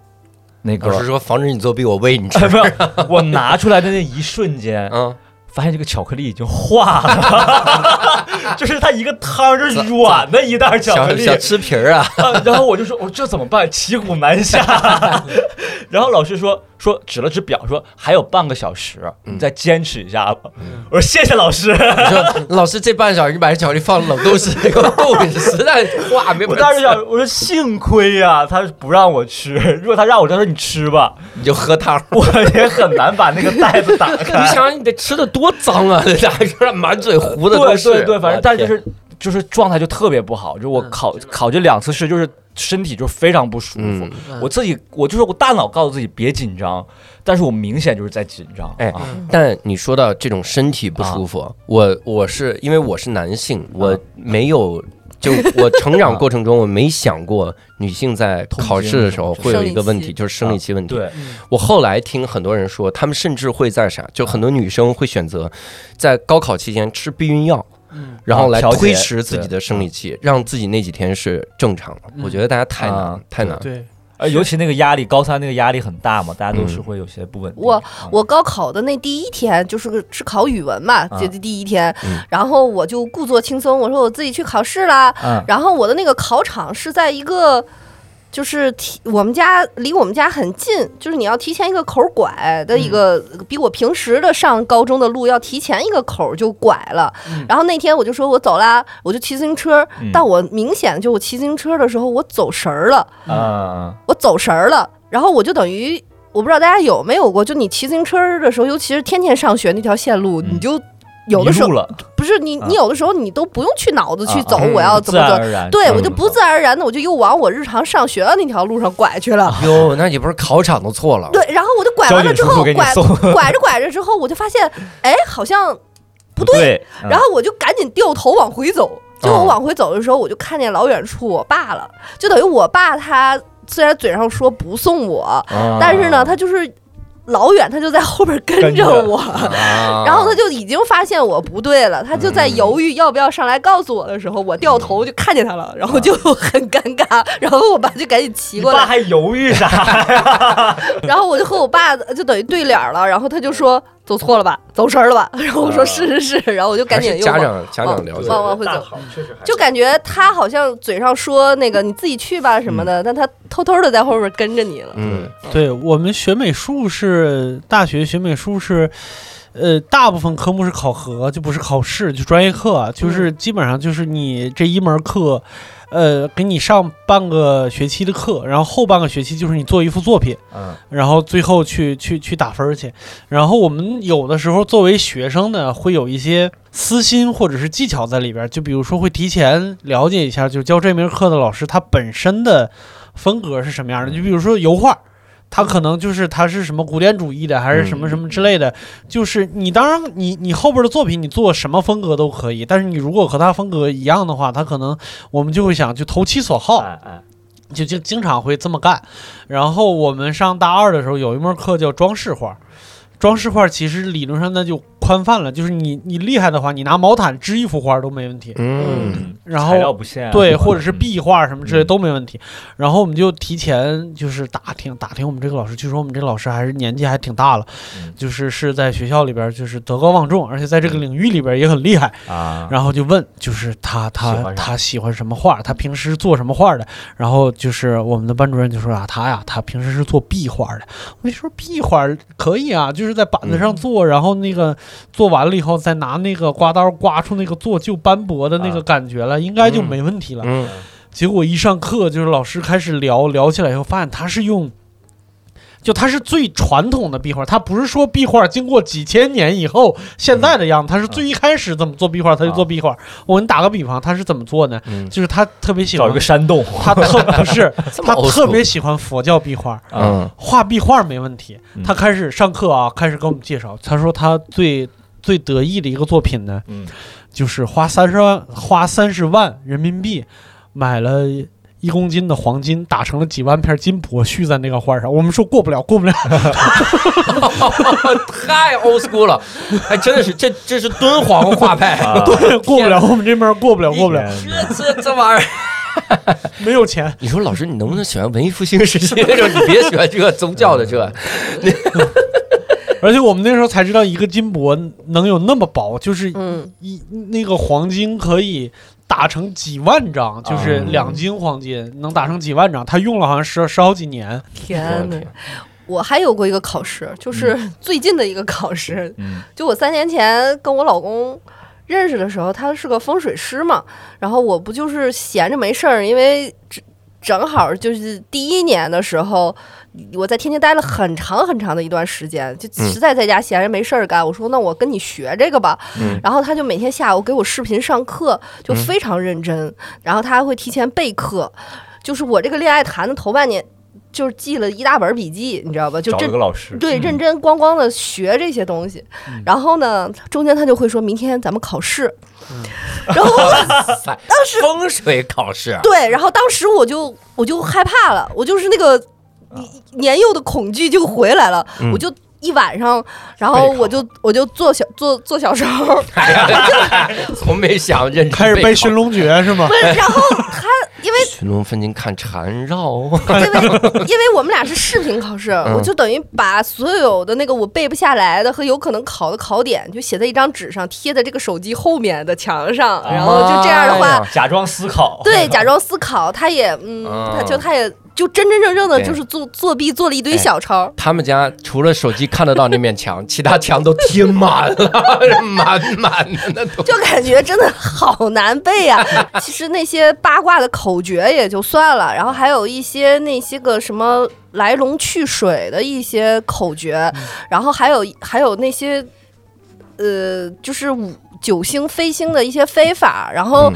那老师个说防止你作弊，我喂你吃 。没有，我拿出来的那一瞬间，嗯，发现这个巧克力已经化了， 就是它一个汤儿就是软的一袋巧 小克力。小吃皮儿啊， 啊然后我就说，我这怎么办？骑虎难下。然后老师说说指了指表，说还有半个小时，嗯你再坚持一下吧。我说谢谢老师。你说老师这半小时你把这巧克力放冷冻 室给我冻着，实在化 没法我当时吃，想，我说幸亏呀、他不让我吃。 如果他让我吃，他说你吃吧，你就喝汤。 我也很难把那个袋子打 你想开。想你得吃的多脏 啊！这家伙满嘴糊的都对是。对对，反正但是就我的是就是状态就特别不好，就是嗯我考考这两次试，就是身体就非常不舒服。嗯我自己我就是我大脑告诉自己别紧张，但是我明显就是在紧张。哎啊天但你说到这种身体不舒服，我我是因为我是男性，我没有。就我成长过程中，我没想过女性在痛经考试的时候是吧会有一个问生理题，期就是生理期问题。对，嗯我后来听很多人说，他们甚至会在啥，就很多女生会选择在高考期间吃避孕药，嗯然后啊来调节推迟自己的生理期，让自己那几天是正常的。嗯我觉得大家太难了啊太难了。对，呃，尤其那个压力，高三那个压力很大嘛，大家都嗯是会有些不稳定。我啊我高考的那第一天就是个是考语文嘛，就就第一天啊嗯，然后我就故作轻松，我说我自己去考试啦。嗯然后我的那个考场是在一个，就是提我们家离我们家很近，就是你要提前一个口拐的一个，嗯比我平时的上高中的路要提前一个口就拐了。嗯然后那天我就说我走啦，我就骑自行车，嗯但我明显就我骑自行车的时候我走神儿了。嗯嗯我走神儿了，然后我就等于我不知道大家有没有过，就你骑自行车儿的时候，尤其是天天上学那条线路，嗯你就有的时迷候路了不是你，啊你有的时候你都不用去脑子去走啊啊嗯我要怎自么然走，而然对嗯我就不自然而然的我就又往我日常上学的那条路上拐去了。哟，那你不是考场都错了？对，然后我就拐啊交完了警之叔后，叔给拐你送，拐着拐着之后，我就发现，哎，好像不不对， 对，啊嗯然后我就赶紧掉头往回走。结果哦我往回走的时候，我就看见老远处我爸了，就等于我爸他虽然嘴上说不送我，啊 但是呢，他就是老远，他就在后边跟跟着着 我。然啊然后他就已经发现我不对了，他就在犹豫要不要上来告诉我的时候，我掉头就看见他了，然后就 很尴尬，然后我爸就赶紧骑你过爸来，还犹豫啥？然后我就和我爸就等于对脸了，然后他就说走错了吧，走神儿了吧，然后我说是是是，然后我就赶紧又家往长家长了 解，往往回走。好，确实还就感觉他好像嘴上说那个你自己去吧什么的，但他偷偷的在后边跟着你了。嗯，对我们学美术是大学学美术是，呃，大部分科目是考核，就不是考试，就专业课，就是基本上就是你这一门课，呃，给你上半个学期的课，然后后半个学期就是你做一幅作品，嗯，然后最后去去去打分儿去。然后我们有的时候作为学生呢，会有一些私心或者是技巧在里边儿，就比如说会提前了解一下，就教这门课的老师他本身的风格是什么样的。就比如说油画。他可能就是他是什么古典主义的，还是什么什么之类的。就是你当然你你后边的作品你做什么风格都可以，但是你如果和他风格一样的话，他可能我们就会想就投其所好，哎哎，就就经常会这么干。然后我们上大二的时候有一门课叫装饰画，装饰画其实理论上那就宽泛了，就是你你厉害的话，你拿毛毯织一幅画都没问题。嗯，嗯，然材料后不限啊，对，什么的或者是壁画什么之类嗯都没问题。然后我们就提前就是打听打听我们这个老师，据说我们这个老师还是年纪还挺大了嗯，就是是在学校里边就是德高望重，而且在这个领域里边也很厉害。啊，然后就问，就是他他喜欢啥他喜欢什么画，他平时做什么画的？然后就是我们的班主任就说啊，他呀，他平时是做壁画的。我一说壁画可以啊，就是在板子嗯上做，然后那个做完了以后，再拿那个刮刀刮出那个做旧斑驳的那个啊感觉了，应该就嗯没问题了。嗯结果一上课，就是老师开始聊聊起来以后，发现他是用，就他是最传统的壁画，他不是说壁画经过几千年以后现在的样子，他是最一开始怎么做啊壁画，他就做壁画。我给你打个比方，他是怎么做呢？嗯，就是他特别喜找欢一个，山洞，他 特不是这么他 old 特 school 别喜欢佛教壁画，啊，嗯 画壁画没问题。嗯他开始上课啊，开始给我们介绍，他说他最最得意的一个作品呢，嗯，就是花三十万，花三十万人民币买了。一公斤的黄金打成了几万片金箔，续在那个画上。我们说过不了，过不了。 太 old school 了，还真的是这这是敦煌画派，啊过不了，我们这边过不了，过不了，天哪这这这玩意儿，没有钱。你说老师你能不能喜欢文艺复兴时期 那种？你别喜欢这个宗教的这，而且我们那时候才知道，一个金箔能有那么薄，就是嗯，一那个黄金可以打成几万张，就是啊两斤黄金能打成几万张。他用了好像十十好几年，天呐，我还有过一个考试，就是最近的一个考试，嗯就我三年前跟我老公认识的时候，他是个风水师嘛，然后我不就是闲着没事儿，因为正正好就是第一年的时候，我在天津待了很长很长的一段时间，就嗯实在在家闲着没事儿干，我说那我跟你学这个吧，嗯然后他就每天下午给我视频上课，就嗯非常认真，然后他还会提前备课，就是我这个恋爱谈的头半年。就是记了一大本笔记，你知道吧？就找这了个老师，对，认真光光的学这些东西。嗯然后呢，中间他就会说明天咱们考试。啊然后当时风水考试，对，然后当时我就我就害怕了，我就是那个年幼的恐惧就回来了，啊嗯我就。一晚上，然后我就我就做小做做小时候， 哎呀 从没想认真开始背《背寻龙诀》是吗不？是，然后他因为《寻龙分金看缠绕》， 因为因为我们俩是视频考试，嗯我就等于把所有的那个我背不下来的和有可能考的考点，就写在一张纸上，贴在这个手机后面的墙上，然后就这样的哦妈话呀，假装思哦考，对，假装思考，他也嗯，嗯他就他也就真真正正的对就是作作弊做了一堆哎小抄。他们家除了手机看得到那面墙，其他墙都贴满了，满满的那都。就感觉真的好难背 呀、其实那些八卦的口诀也就算了，然后还有一些那些个什么来龙去水的一些口诀，嗯然后还有还有那些呃，就是五九星飞星的一些飞法，然后嗯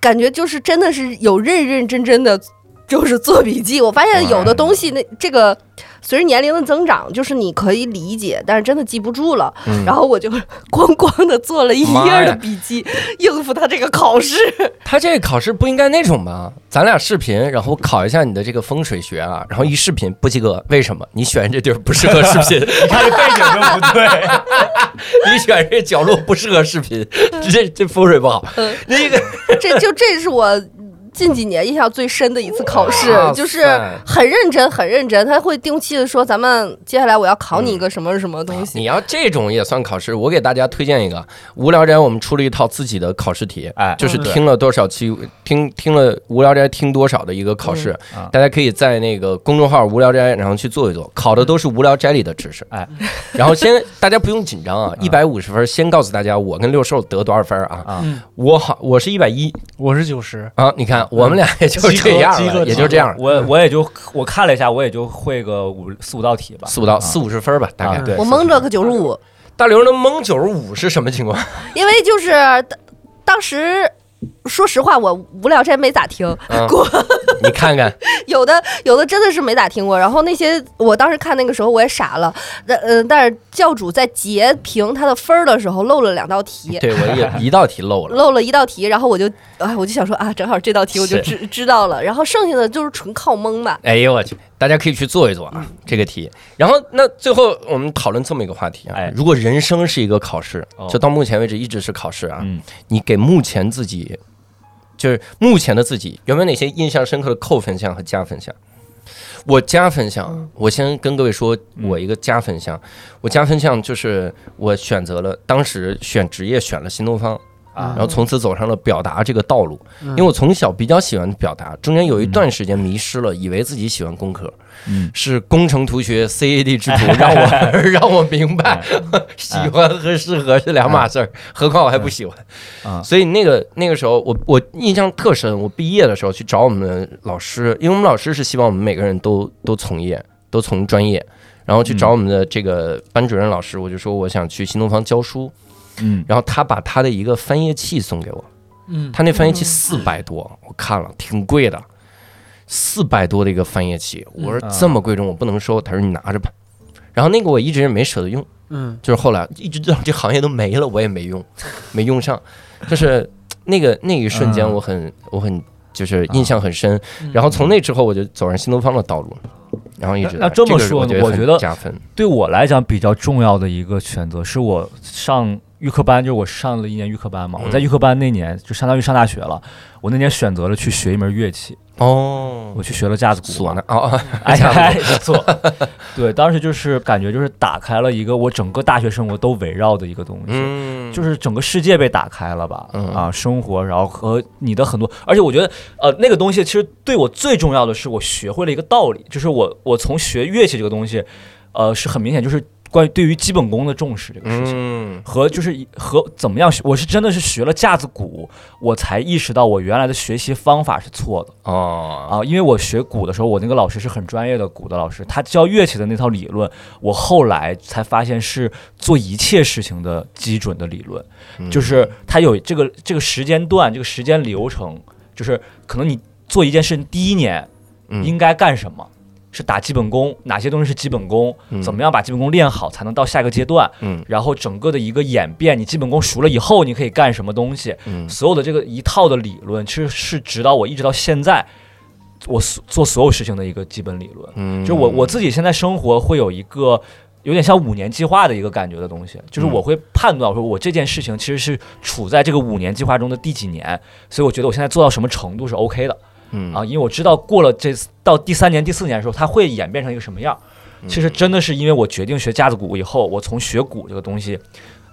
感觉就是真的是有认认真真的。就是做笔记。我发现有的东西那这个随着年龄的增长，就是你可以理解，但是真的记不住了。嗯然后我就咣咣的做了一妈页呀儿的笔记，应付他这个考 试。他这个考试不应该那种吧？咱俩视频，然后考一下你的这个风水学啊，然后一视频不及格，为什么？你选这地儿不适合视频，你看这背景就不对，你选这角落不适合视频，这这风水不好。嗯，那个这就这是我近几年印象最深的一次考试哇，就是塞很认真，很认真。他会定期的说，咱们接下来我要考你一个什么什么东你西。要这种也算考试，我给大家推荐一个无聊斋，我们出了一套自己的考试题，哎就是听了多少期，听听了无聊斋听多少的一个考试，嗯啊大家可以在那个公众号无聊斋，然后去做一做，考的都是无聊斋里的知识。哎， 嗯然后先大家不用紧张啊，一百五十分，先告诉大家我跟六兽得多少分啊？啊嗯我好，我是一百一我是九十，啊，你嗯看我们俩也就这样及格及格了，也就这样了，我我也就我看了一下，我也就会个五四五道题吧，四五到啊四五十分吧，大概。啊对我蒙着个九十五，大刘能蒙九十五是什么情况？ 因为就是当当时。说实话，我无聊斋没咋听 嗯过，你看看，有的有的真的是没咋听过。然后那些我当时看那个时候我也傻了，但呃，但是教主在截屏他的分儿的时候漏了两道题，对我也一道题漏了。漏了一道题，然后我就哎，我就想说啊，正好这道题我就是知知道了，然后剩下的就是纯靠蒙吧。哎呦我去，大家可以去做一做啊、这个题。然后那最后我们讨论这么一个话题啊，哎如果人生是一个考试，哦就到目前为止一直是考试啊，嗯你给目前自己，就是目前的自己，有没有哪些印象深刻的扣分项和加分项？我加分项，我先跟各位说，嗯我一个加分项，我加分项就是我选择了当时选职业选了新东方，啊然后从此走上了表达这个道路。嗯因为我从小比较喜欢表达，中间有一段时间迷失了，以为自己喜欢工科，嗯是工程图学 CAD 制图让我让我明白 喜欢和适合是两码事儿，何况我还不喜欢。啊所以那个那个时候，我我印象特深。我毕业的时候去找我们老师，因为我们老师是希望我们每个人都都从业，都从专业，然后去找我们的这个班主任老师，我就说我想去新东方教书，嗯然后他把他的一个翻页器送给我。嗯，他那翻页器四百多，我看了挺贵的，四百多的一个翻页器，我说嗯这么贵重我不能收，他说你拿着吧。然后那个我一直也没舍得用，嗯就是后来一直到这行业都没了，我也 没用，没用上，就是那个那一瞬间嗯我很、我很就是印象很深，嗯然后从那之后我就走上新东方的道路，然后一直那那在这么个是说我呢觉得我很觉得加分，对我来讲比较重要的一个选择，是我上预科班，就是我上了一年预科班嘛。嗯我在预科班那年就相当于上大学了，我那年选择了去学一门乐器，哦，我去学了架子鼓。唢呐哦哦，哎呀，哎不错。对，当时就是感觉就是打开了一个我整个大学生活都围绕的一个东西。嗯，就是整个世界被打开了吧？嗯啊，生活，然后和你的很多，而且我觉得，呃，那个东西其实对我最重要的是，我学会了一个道理，就是我我从学乐器这个东西，呃，是很明显就是关于对于基本功的重视这个事情。嗯和就是一和怎么样学，我是真的是学了架子鼓，我才意识到我原来的学习方法是错的哦，啊！因为我学鼓的时候，我那个老师是很专业的鼓的老师，他教乐器的那套理论，我后来才发现是做一切事情的基准的理论。嗯啊就是它有这个这个时间段，这个时间流程，就是可能你做一件事，第一年嗯应该干什么，是打基本功，哪些东西是基本功，怎么样把基本功练好，才能到下一个阶段。嗯然后整个的一个演变，你基本功熟了以后，你可以干什么东西，嗯所有的这个一套的理论，其实是指导我一直到现在，我所做所有事情的一个基本理论。嗯，就我我自己现在生活会有一个有点像五年计划的一个感觉的东西，就是嗯我会判断说我这件事情其实是处在这个五年计划中的第几年，所以我觉得我现在做到什么程度是 OK 的嗯啊，因为我知道过了这到第三年、第四年的时候，它会演变成一个什么样。嗯其实真的是因为我决定学架子鼓以后，我从学鼓这个东西。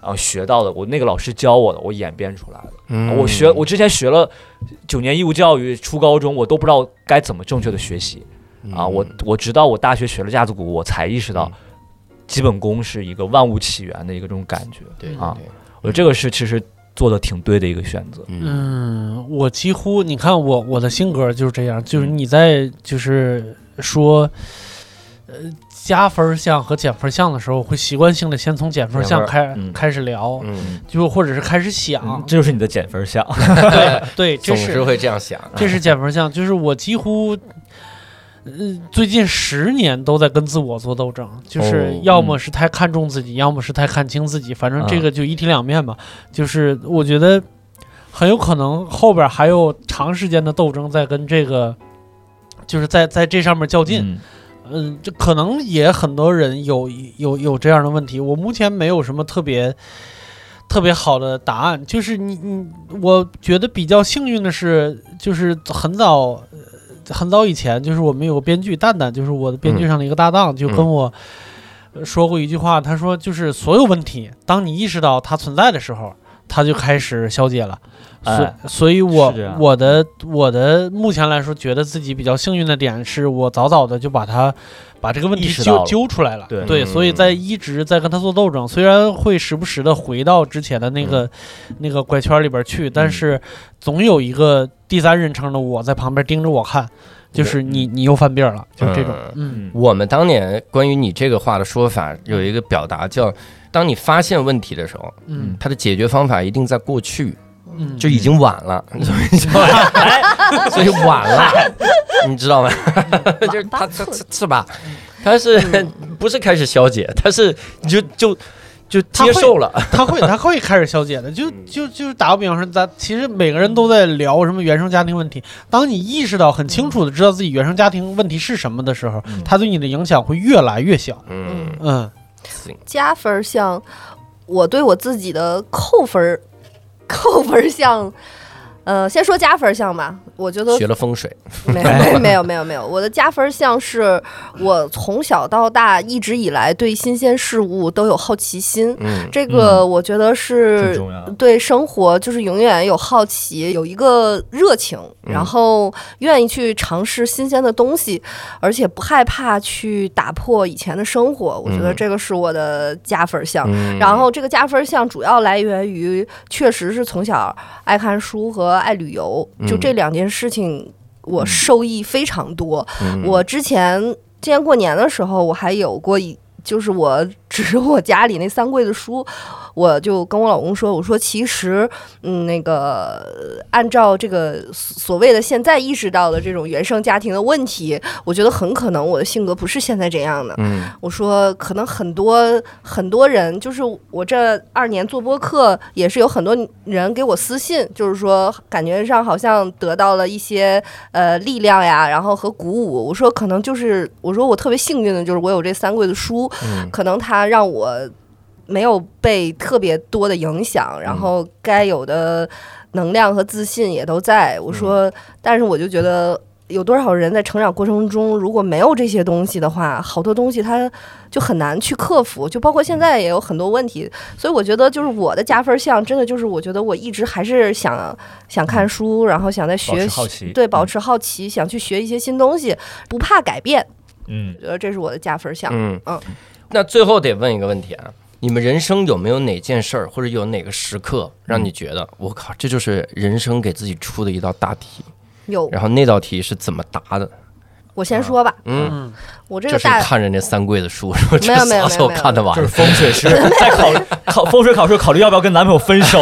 啊，学到的，我那个老师教我的，我演变出来的。啊嗯我学，我之前学了九年义务教育，初高中我都不知道该怎么正确的学习，嗯啊，我我直到我大学学了架子鼓，我才意识到，基本功是一个万物起源的一个这种感觉。对啊，我觉得这个是其实做的挺对的一个选择。嗯嗯，我几乎你看我我的性格就是这样，就是你在就是说，呃，加分项和减分项的时候，会习惯性的先从减分项减开嗯开始聊，嗯，就或者是开始嗯想，这就是你的减分项。对对，这总是是会这样想。这是减分项，就是我几乎呃，最近十年都在跟自我做斗争，就是哦要么是太看重自己，要么是太看清自己，反正这啊个就一体两面吧。就是我觉得很有可能后边还有长时间的斗争在跟这个，就是在在这上面较劲。 嗯嗯，这可能也很多人有有有这样的问题。我目前没有什么特别特别好的答案，就是你你，我觉得比较幸运的是，就是很早呃很早以前，就是我们有个编剧蛋蛋，就是我的编剧上的一个搭档，就跟我呃说过一句话，他说就是所有问题，当你意识到它存在的时候，它就开始消解了。所哎所以我是这样我的我的目前来说，觉得自己比较幸运的点是我早早的就把它把这个问意题识到揪了揪出来了，对嗯所以在一直在跟他做斗争，虽然会时不时的回到之前的那个、嗯那个怪圈里边去，但是总有一个第三人称的我在旁边盯着我看，就是你你又犯病了，就是这种，嗯嗯我们当年关于你这个话的说法有一个表达叫：当你发现问题的时候，嗯它的解决方法一定在过去，嗯，就已经晚了， 所以晚 了，你知道吗？ 就是它它它是吧？它是 不是开始消解？它是你就就就接受了，他会他会开始消解的，就就就是打个比方说，咱其实每个人都在聊什么原生家庭问题。当你意识到很清楚的知道自己原生家庭问题是什么的时候，嗯它对你的影响会越来越小。嗯，嗯，加分儿项，我对我自己的扣分儿，扣分儿项，呃，先说加分儿项吧。我觉得学了风水，没哎有没有没有没有，我的加分儿项是我从小到大一直以来对新鲜事物都有好奇心，嗯这个我觉得最是重要。对生活就是永远有好奇，有一个热情，嗯然后愿意去尝试新鲜的东西，而且不害怕去打破以前的生活。我觉得嗯这个是我的加分项。嗯然后这个加分项主要来源于，确实是从小爱看书和爱旅游，就嗯这两件事情，我嗯受益非常多。嗯我之前今年过年的时候，我还有过一，就是我指着我家里那三柜子书，我就跟我老公说，我说其实，嗯，那个呃按照这个所所谓的现在意识到的这种原生家庭的问题，我觉得很可能我的性格不是现在这样的。嗯我说，可能很多很多人，就是我这二年做播客，也是有很多人给我私信，就是说感觉上好像得到了一些呃力量呀，然后和鼓舞。我说，可能就是我说我特别幸运的，就是我有这三柜的书，嗯可能它让我没有被特别多的影响，嗯然后该有的能量和自信也都在。嗯我说，但是我就觉得。有多少人在成长过程中，如果没有这些东西的话，好多东西他就很难去克服，就包括嗯现在也有很多问题。所以我觉得，就是我的加分项，真的就是我觉得我一直还是想想看书，然后想在嗯保学持习好，奇，嗯对，保持好奇，想去学一些新东西，不怕改变。嗯我觉得这是我的加分项。嗯嗯那最后得问一个问题啊。你们人生有没有哪件事儿，或者有哪个时刻，嗯让你觉得我靠，这就是人生给自己出的一道大题？有，然后那道题是怎么答的？我啊先说吧，嗯，嗯我这就个是大看人家三桂的书，说这没有没有 啥时候没有没有看得完就是？风水 师在考考风水考试，考虑要不要跟男朋友分手。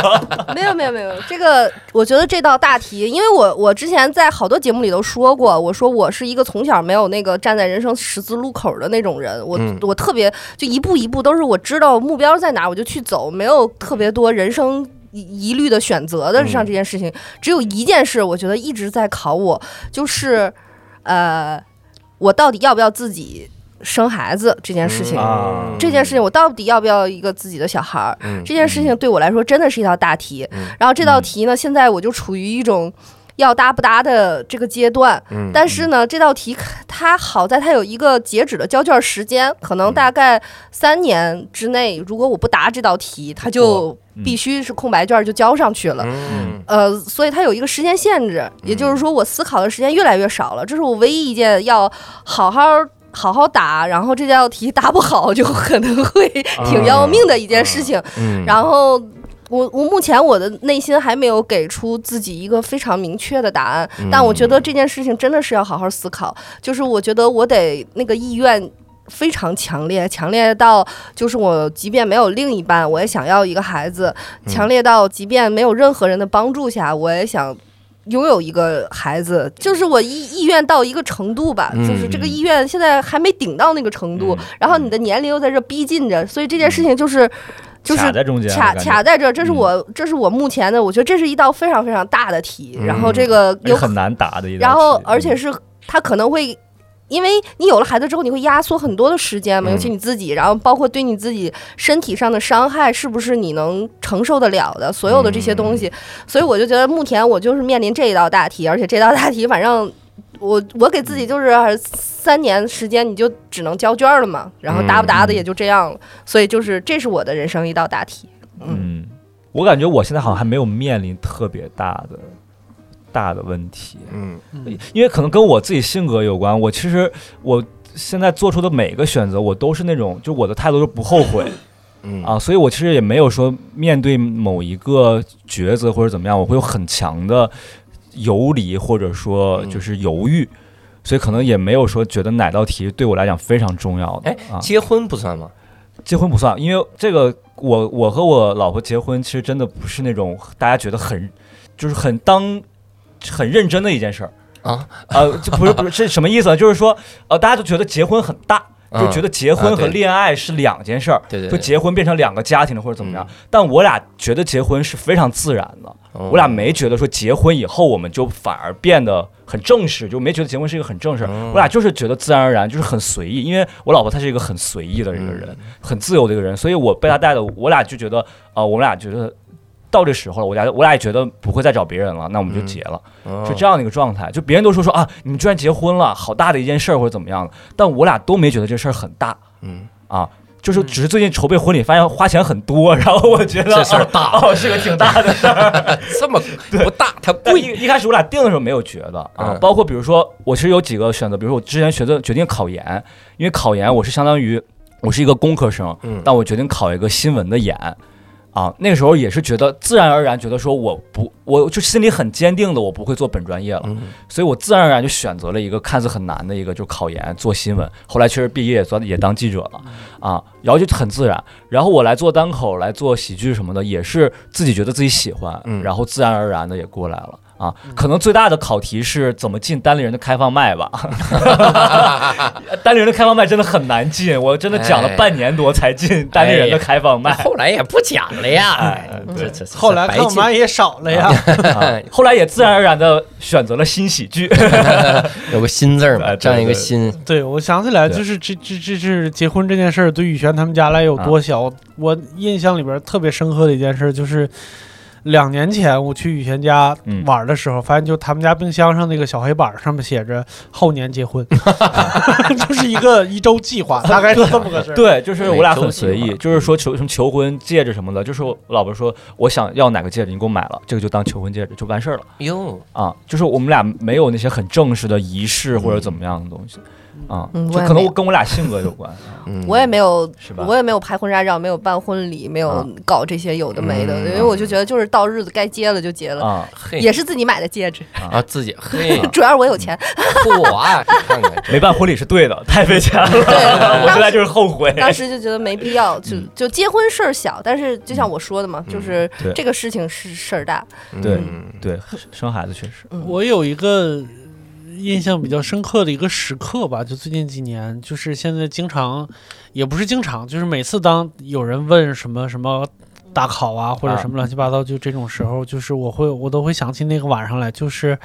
没有没有没有，这个我觉得这道大题，因为我我之前在好多节目里都说过，我说我是一个从小没有那个站在人生十字路口的那种人，我、嗯我特别就一步一步都是我知道目标在哪，我就去走，没有特别多人生疑疑虑的选择的上嗯这件事情，只有一件事，我觉得一直在考我，就是呃，我到底要不要自己生孩子这件事情。嗯啊这件事情，我到底要不要一个自己的小孩儿？嗯这件事情对我来说真的是一道大题。嗯然后这道题呢，现在我就处于一种要搭不搭的这个阶段。嗯但是呢，这道题它好在它有一个截止的交卷时间，可嗯能大概三年之内，如果我不答这道题，它就嗯必须是空白卷就交上去了。嗯呃，所以它有一个时间限制，也就是说我思考的时间越来越少了。这是我唯一一件要好好好好答，然后这道题答不好就可能会挺要命的一件事情。嗯然后我我目前我的内心还没有给出自己一个非常明确的答案，嗯但我觉得这件事情真的是要好好思考，就是我觉得我得那个意愿。非常强烈，强烈到就是我即便没有另一半，我也想要一个孩子；嗯强烈到即便没有任何人的帮助下，我也想拥有一个孩子，就是我意意愿到一个程度吧，嗯就是这个意愿现在还没顶到那个程度，嗯然后你的年龄又在这逼近着，所以嗯这件事情就是 就是卡在中间了，感卡觉嗯卡在这儿，这是我、这是我目前的，我觉得这是一道非常非常大的题，嗯然后这个也有，哎很难答的一道题。然后而且嗯是他可能会。因为你有了孩子之后，你会压缩很多的时间嘛，嗯尤其你自己，然后包括对你自己身体上的伤害，是不是你能承受得了的？所有的这些东西，嗯所以我就觉得目前我就是面临这一道大题，而且这道大题反正我我给自己就是三年时间，你就只能交卷了嘛，然嗯后答不答的也就这样了，所以就是这是我的人生一道大题。嗯，我感觉我现在好像还没有面临特别大的大的问题，嗯因为可能跟我自己性格有关。我其实我现在做出的每个选择，我都是那种就我的态度都不后悔嗯啊，所以我其实也没有说面对某一个抉择或者怎么样，我会有很强的游离或者说嗯就是犹豫。所以可能也没有说觉得哪道题对我来讲非常重要的。哎啊，结婚不算吗？结婚不算，因为这个我我和我老婆结婚，其实真的不是那种大家觉得很就是很当很认真的一件事儿啊，呃，就不是不是是什么意思呢？就是说呃，大家就觉得结婚很大，嗯就觉得结啊婚和对恋爱是两件事儿。对对，就对结婚变成两个家庭了，或者怎么样？但我俩觉得结婚是非常自然的，我我俩没觉得说结婚以后我们就反而变得很正式，就没觉得结婚是一个很正式。嗯我俩就是觉得自然而然，就是很随意。因为我老婆她是一个很随意的一个嗯人，很自由的一个人，所以我被她带的，我俩就觉得啊、呃我们俩觉得到这时候了，我俩我俩也觉得不会再找别人了，那我们就嗯结了，是是这样的一个状态。就别人都说说啊，你们居然结婚了，好大的一件事儿或者怎么样的，但我俩都没觉得这事儿很大嗯，啊。就是只是最近筹备婚礼，发现花钱很多，然后我觉得这事儿大哦，是个挺大的事儿。这么不大，它但贵。一一开始我俩定的时候没有觉得啊嗯，包括比如说，我其实有几个选择，比如说我之前学的决定考研，因为考研我是相当于我是一个工科生，嗯但我决定考一个新闻的研，啊，那个时候也是觉得自然而然觉得说我不，我就心里很坚定的我不会做本专业了，嗯所以我自然而然就选择了一个看似很难的一个，就考研做新闻。后来确实毕业也算也当记者了啊，然后就很自然。然后我来做单口，来做喜剧什么的，也是自己觉得自己喜欢，嗯然后自然而然的也过来了。啊，可能最大的考题是怎么进单立人的开放麦吧。单立人的开放麦真的很难进，我真的讲了哎半年多才进单立人的开放麦。后来也不讲了呀，这这后来看我白们也少了呀，啊后来也自然而然的选择了新喜剧。进有个心字儿嘛，哎对占一个心，对，我想起来，对就是这这这是结婚这件事儿对宇轩他们家来有啊多小。我印象里边特别深刻的一件事就是。两年前我去宇轩家嗯玩的时候，发现就他们家冰箱上那个小黑板上面写着“后年结婚”， 就是一个一周计划，大概是这么个事儿。对，就是我俩每周很随计意划，就是说求什么求婚戒指什么的，就是我老婆说我想要哪个戒指，你给我买了，这个就当求婚戒指就完事儿了哟，啊。就是我们俩没有那些很正式的仪式或者怎么样的东西啊，嗯就我也可能没有我跟我俩性格有关，嗯我也没有是吧我也没有拍婚纱照，没有办婚礼，没有啊搞这些有的没的，嗯哎因为我就觉得就是到日子该结了就结了，啊，嘿也是自己买的戒指，啊自己嘿 主要是我有 钱。嚯啊，你看看没办婚礼是对的，太费钱了，对，我当回来时就是后悔。当时就觉得没必要，就嗯就结婚事儿小，但是就像我说的嘛，嗯就是对这个事情是事儿大。嗯这，对嗯对，生孩子确实，我有一个印象比较深刻的一个时刻吧，就最近几年，就是现在经常，也不是经常，就是每次当有人问什么什么大考啊，或者什么乱七八糟，就这种时候，就是我会我都会想起那个晚上来，就是。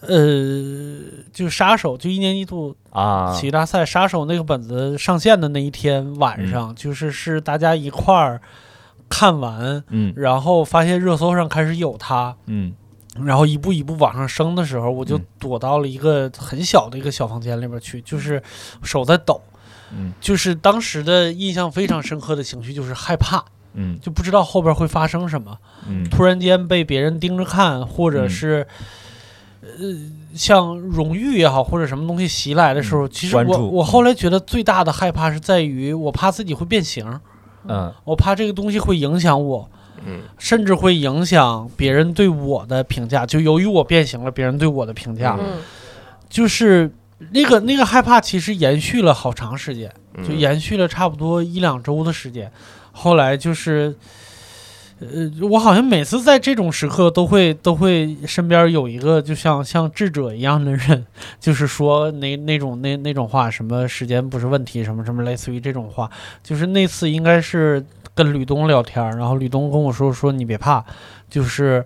呃，就杀手，就一年一度啊，喜剧大赛《杀手》那个本子上线的那一天晚上，就是是大家一块儿看完，嗯然后发现热搜上开始有他，嗯然后一步一步往上升的时候，我就嗯躲到了一个很小的一个小房间里边去，就是手在抖，嗯就是当时的印象非常深刻的情绪就是害怕，嗯就不知道后边会发生什么，嗯突然间被别人盯着看，或者嗯是。呃，像荣誉也好，或者什么东西袭来的时候，其实嗯关我注我后来觉得最大的害怕是在于，我怕自己会变形，嗯我怕这个东西会影响我，嗯，甚至会影响别人对我的评价。就由于我变形了，别人对我的评价，嗯嗯，就是那个那个害怕，其实延续了好长时间，嗯就延续了差不多一两周的时间。后来就是，呃，我好像每次在这种时刻都会都会身边有一个就像像智者一样的人，就是说那那种那那种话，什么时间不是问题，什么什么类似于这种话。就是那次应该是跟吕东聊天儿，然后吕东跟我说说你别怕，就是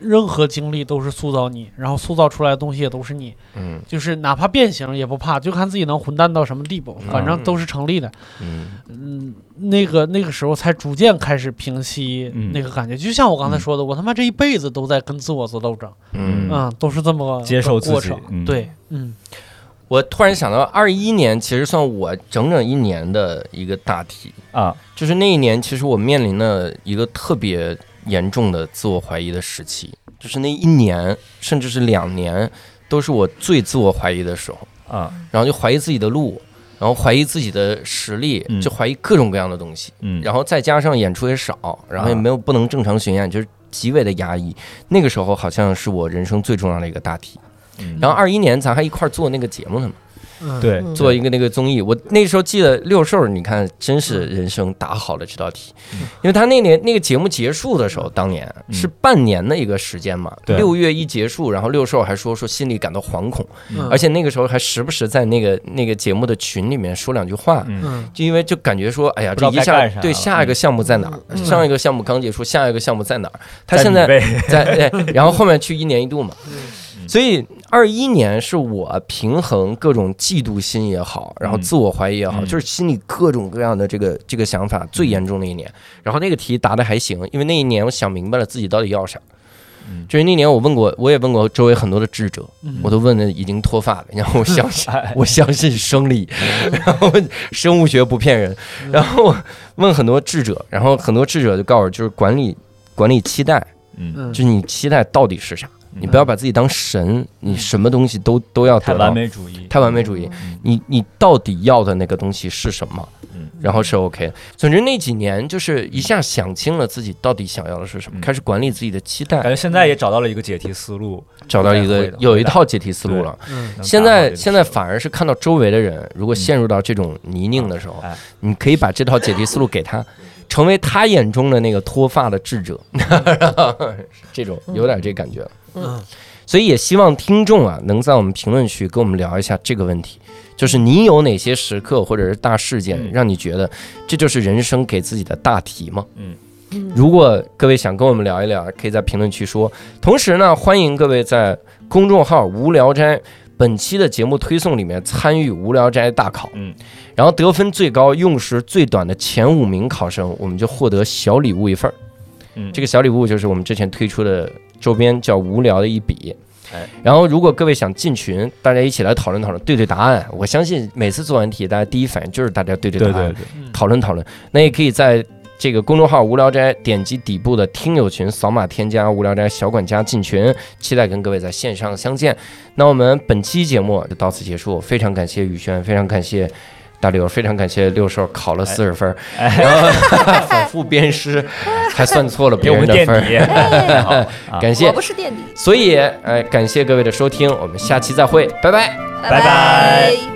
任何经历都是塑造你，然后塑造出来的东西也都是你。嗯就是哪怕变形也不怕，就看自己能混蛋到什么地步，嗯反正都是成立的。嗯嗯，那个那个时候才逐渐开始平息嗯那个感觉，就像我刚才说的，我他妈这一辈子都在跟自我做斗争，嗯嗯嗯，都是这么个接受自己过程，嗯对，嗯我突然想到，二一年其实算我整整一年的一个大题，啊，就是那一年，其实我面临了一个特别严重的自我怀疑的时期，就是那一年，甚至是两年，都是我最自我怀疑的时候。啊，然后就怀疑自己的路，然后怀疑自己的实力嗯，就怀疑各种各样的东西。嗯，然后再加上演出也少，然后也啊没有不能正常巡演，就是极为的压抑。那个时候好像是我人生最重要的一个大题。嗯然后二一年咱还一块儿做那个节目呢嘛，嗯，对，嗯做一个那个综艺。我那时候记得六兽，你看真是人生打好了这道题，因为他那年那个节目结束的时候，当年嗯是半年的一个时间嘛，对六月一结束，然后六兽还说说心里感到惶恐，嗯，而且那个时候还时不时在那个那个节目的群里面说两句话。嗯嗯就因为就感觉说，哎呀，不知这道一该下干啥对了下一个项目在哪儿？嗯上一个项目刚结束，下一个项目在哪儿？他在现你在呗 在，哎然后后面去一年一度嘛嗯。所以二一年是我平衡各种嫉妒心也好，然后嗯自我怀疑也好，嗯就是心里各种各样的这个这个想法最严重的一年。然后那个题答的还行，因为那一年我想明白了自己到底要啥嗯。就是那年我问过，我也问过周围很多的智者，嗯我都问的已经脱发了，然后我相信哎，我相信生理，然后生物学不骗人，然后我问很多智者，然后很多智者就告诉我，就是管理管理期待，嗯，嗯就是你期待到底是啥，你不要把自己当神，你什么东西都都要嗯太得完到，美主义，太完美主义，嗯，你你到底要的那个东西是什么嗯，然后是 OK 的。总之那几年就是一下想清了自己到底想要的是什么，嗯开始管理自己的期待 感，觉现在也找到了一个解题思路，找到一个嗯有一套解题思路了。嗯能现达到这在个嗯现在思路反而是看到周围的人，如果陷入到这种泥泞的时候，哎你可以把这套解题思路给嗯他，成为他眼中的那个脱发的智者，嗯 这种有点这感觉。嗯，所以也希望听众啊，能在我们评论区跟我们聊一下这个问题，就是你有哪些时刻或者是大事件，嗯让你觉得这就是人生给自己的大题吗？嗯如果各位想跟我们聊一聊，可以在评论区说。同时呢，欢迎各位在公众号“无聊斋”本期的节目推送里面参与“无聊斋大考”，嗯，然后得分最高、用时最短的前五名考生，我们就获得小礼物一份儿。嗯这个小礼物就是我们之前推出的周边，叫“无聊的一笔”哎。然后，如果各位想进群，大家一起来讨论讨论，对对答案。我相信每次做完题，大家第一反应就是大家对对对答对案，对，讨论讨论。那也可以在这个公众号“无聊斋”点击底部的听友群，扫码添加“无聊斋小管家”进群，期待跟各位在线上相见。那我们本期节目就到此结束，非常感谢宇轩，非常感谢。大刘非常感谢六兽考了四十分儿，哎然后反复鞭尸，还算错了给 别我人们的垫分儿。底， 好啊 感哎我谢不，是垫底，所以呃，感谢各位的收听，我们下期再会，拜拜。拜拜拜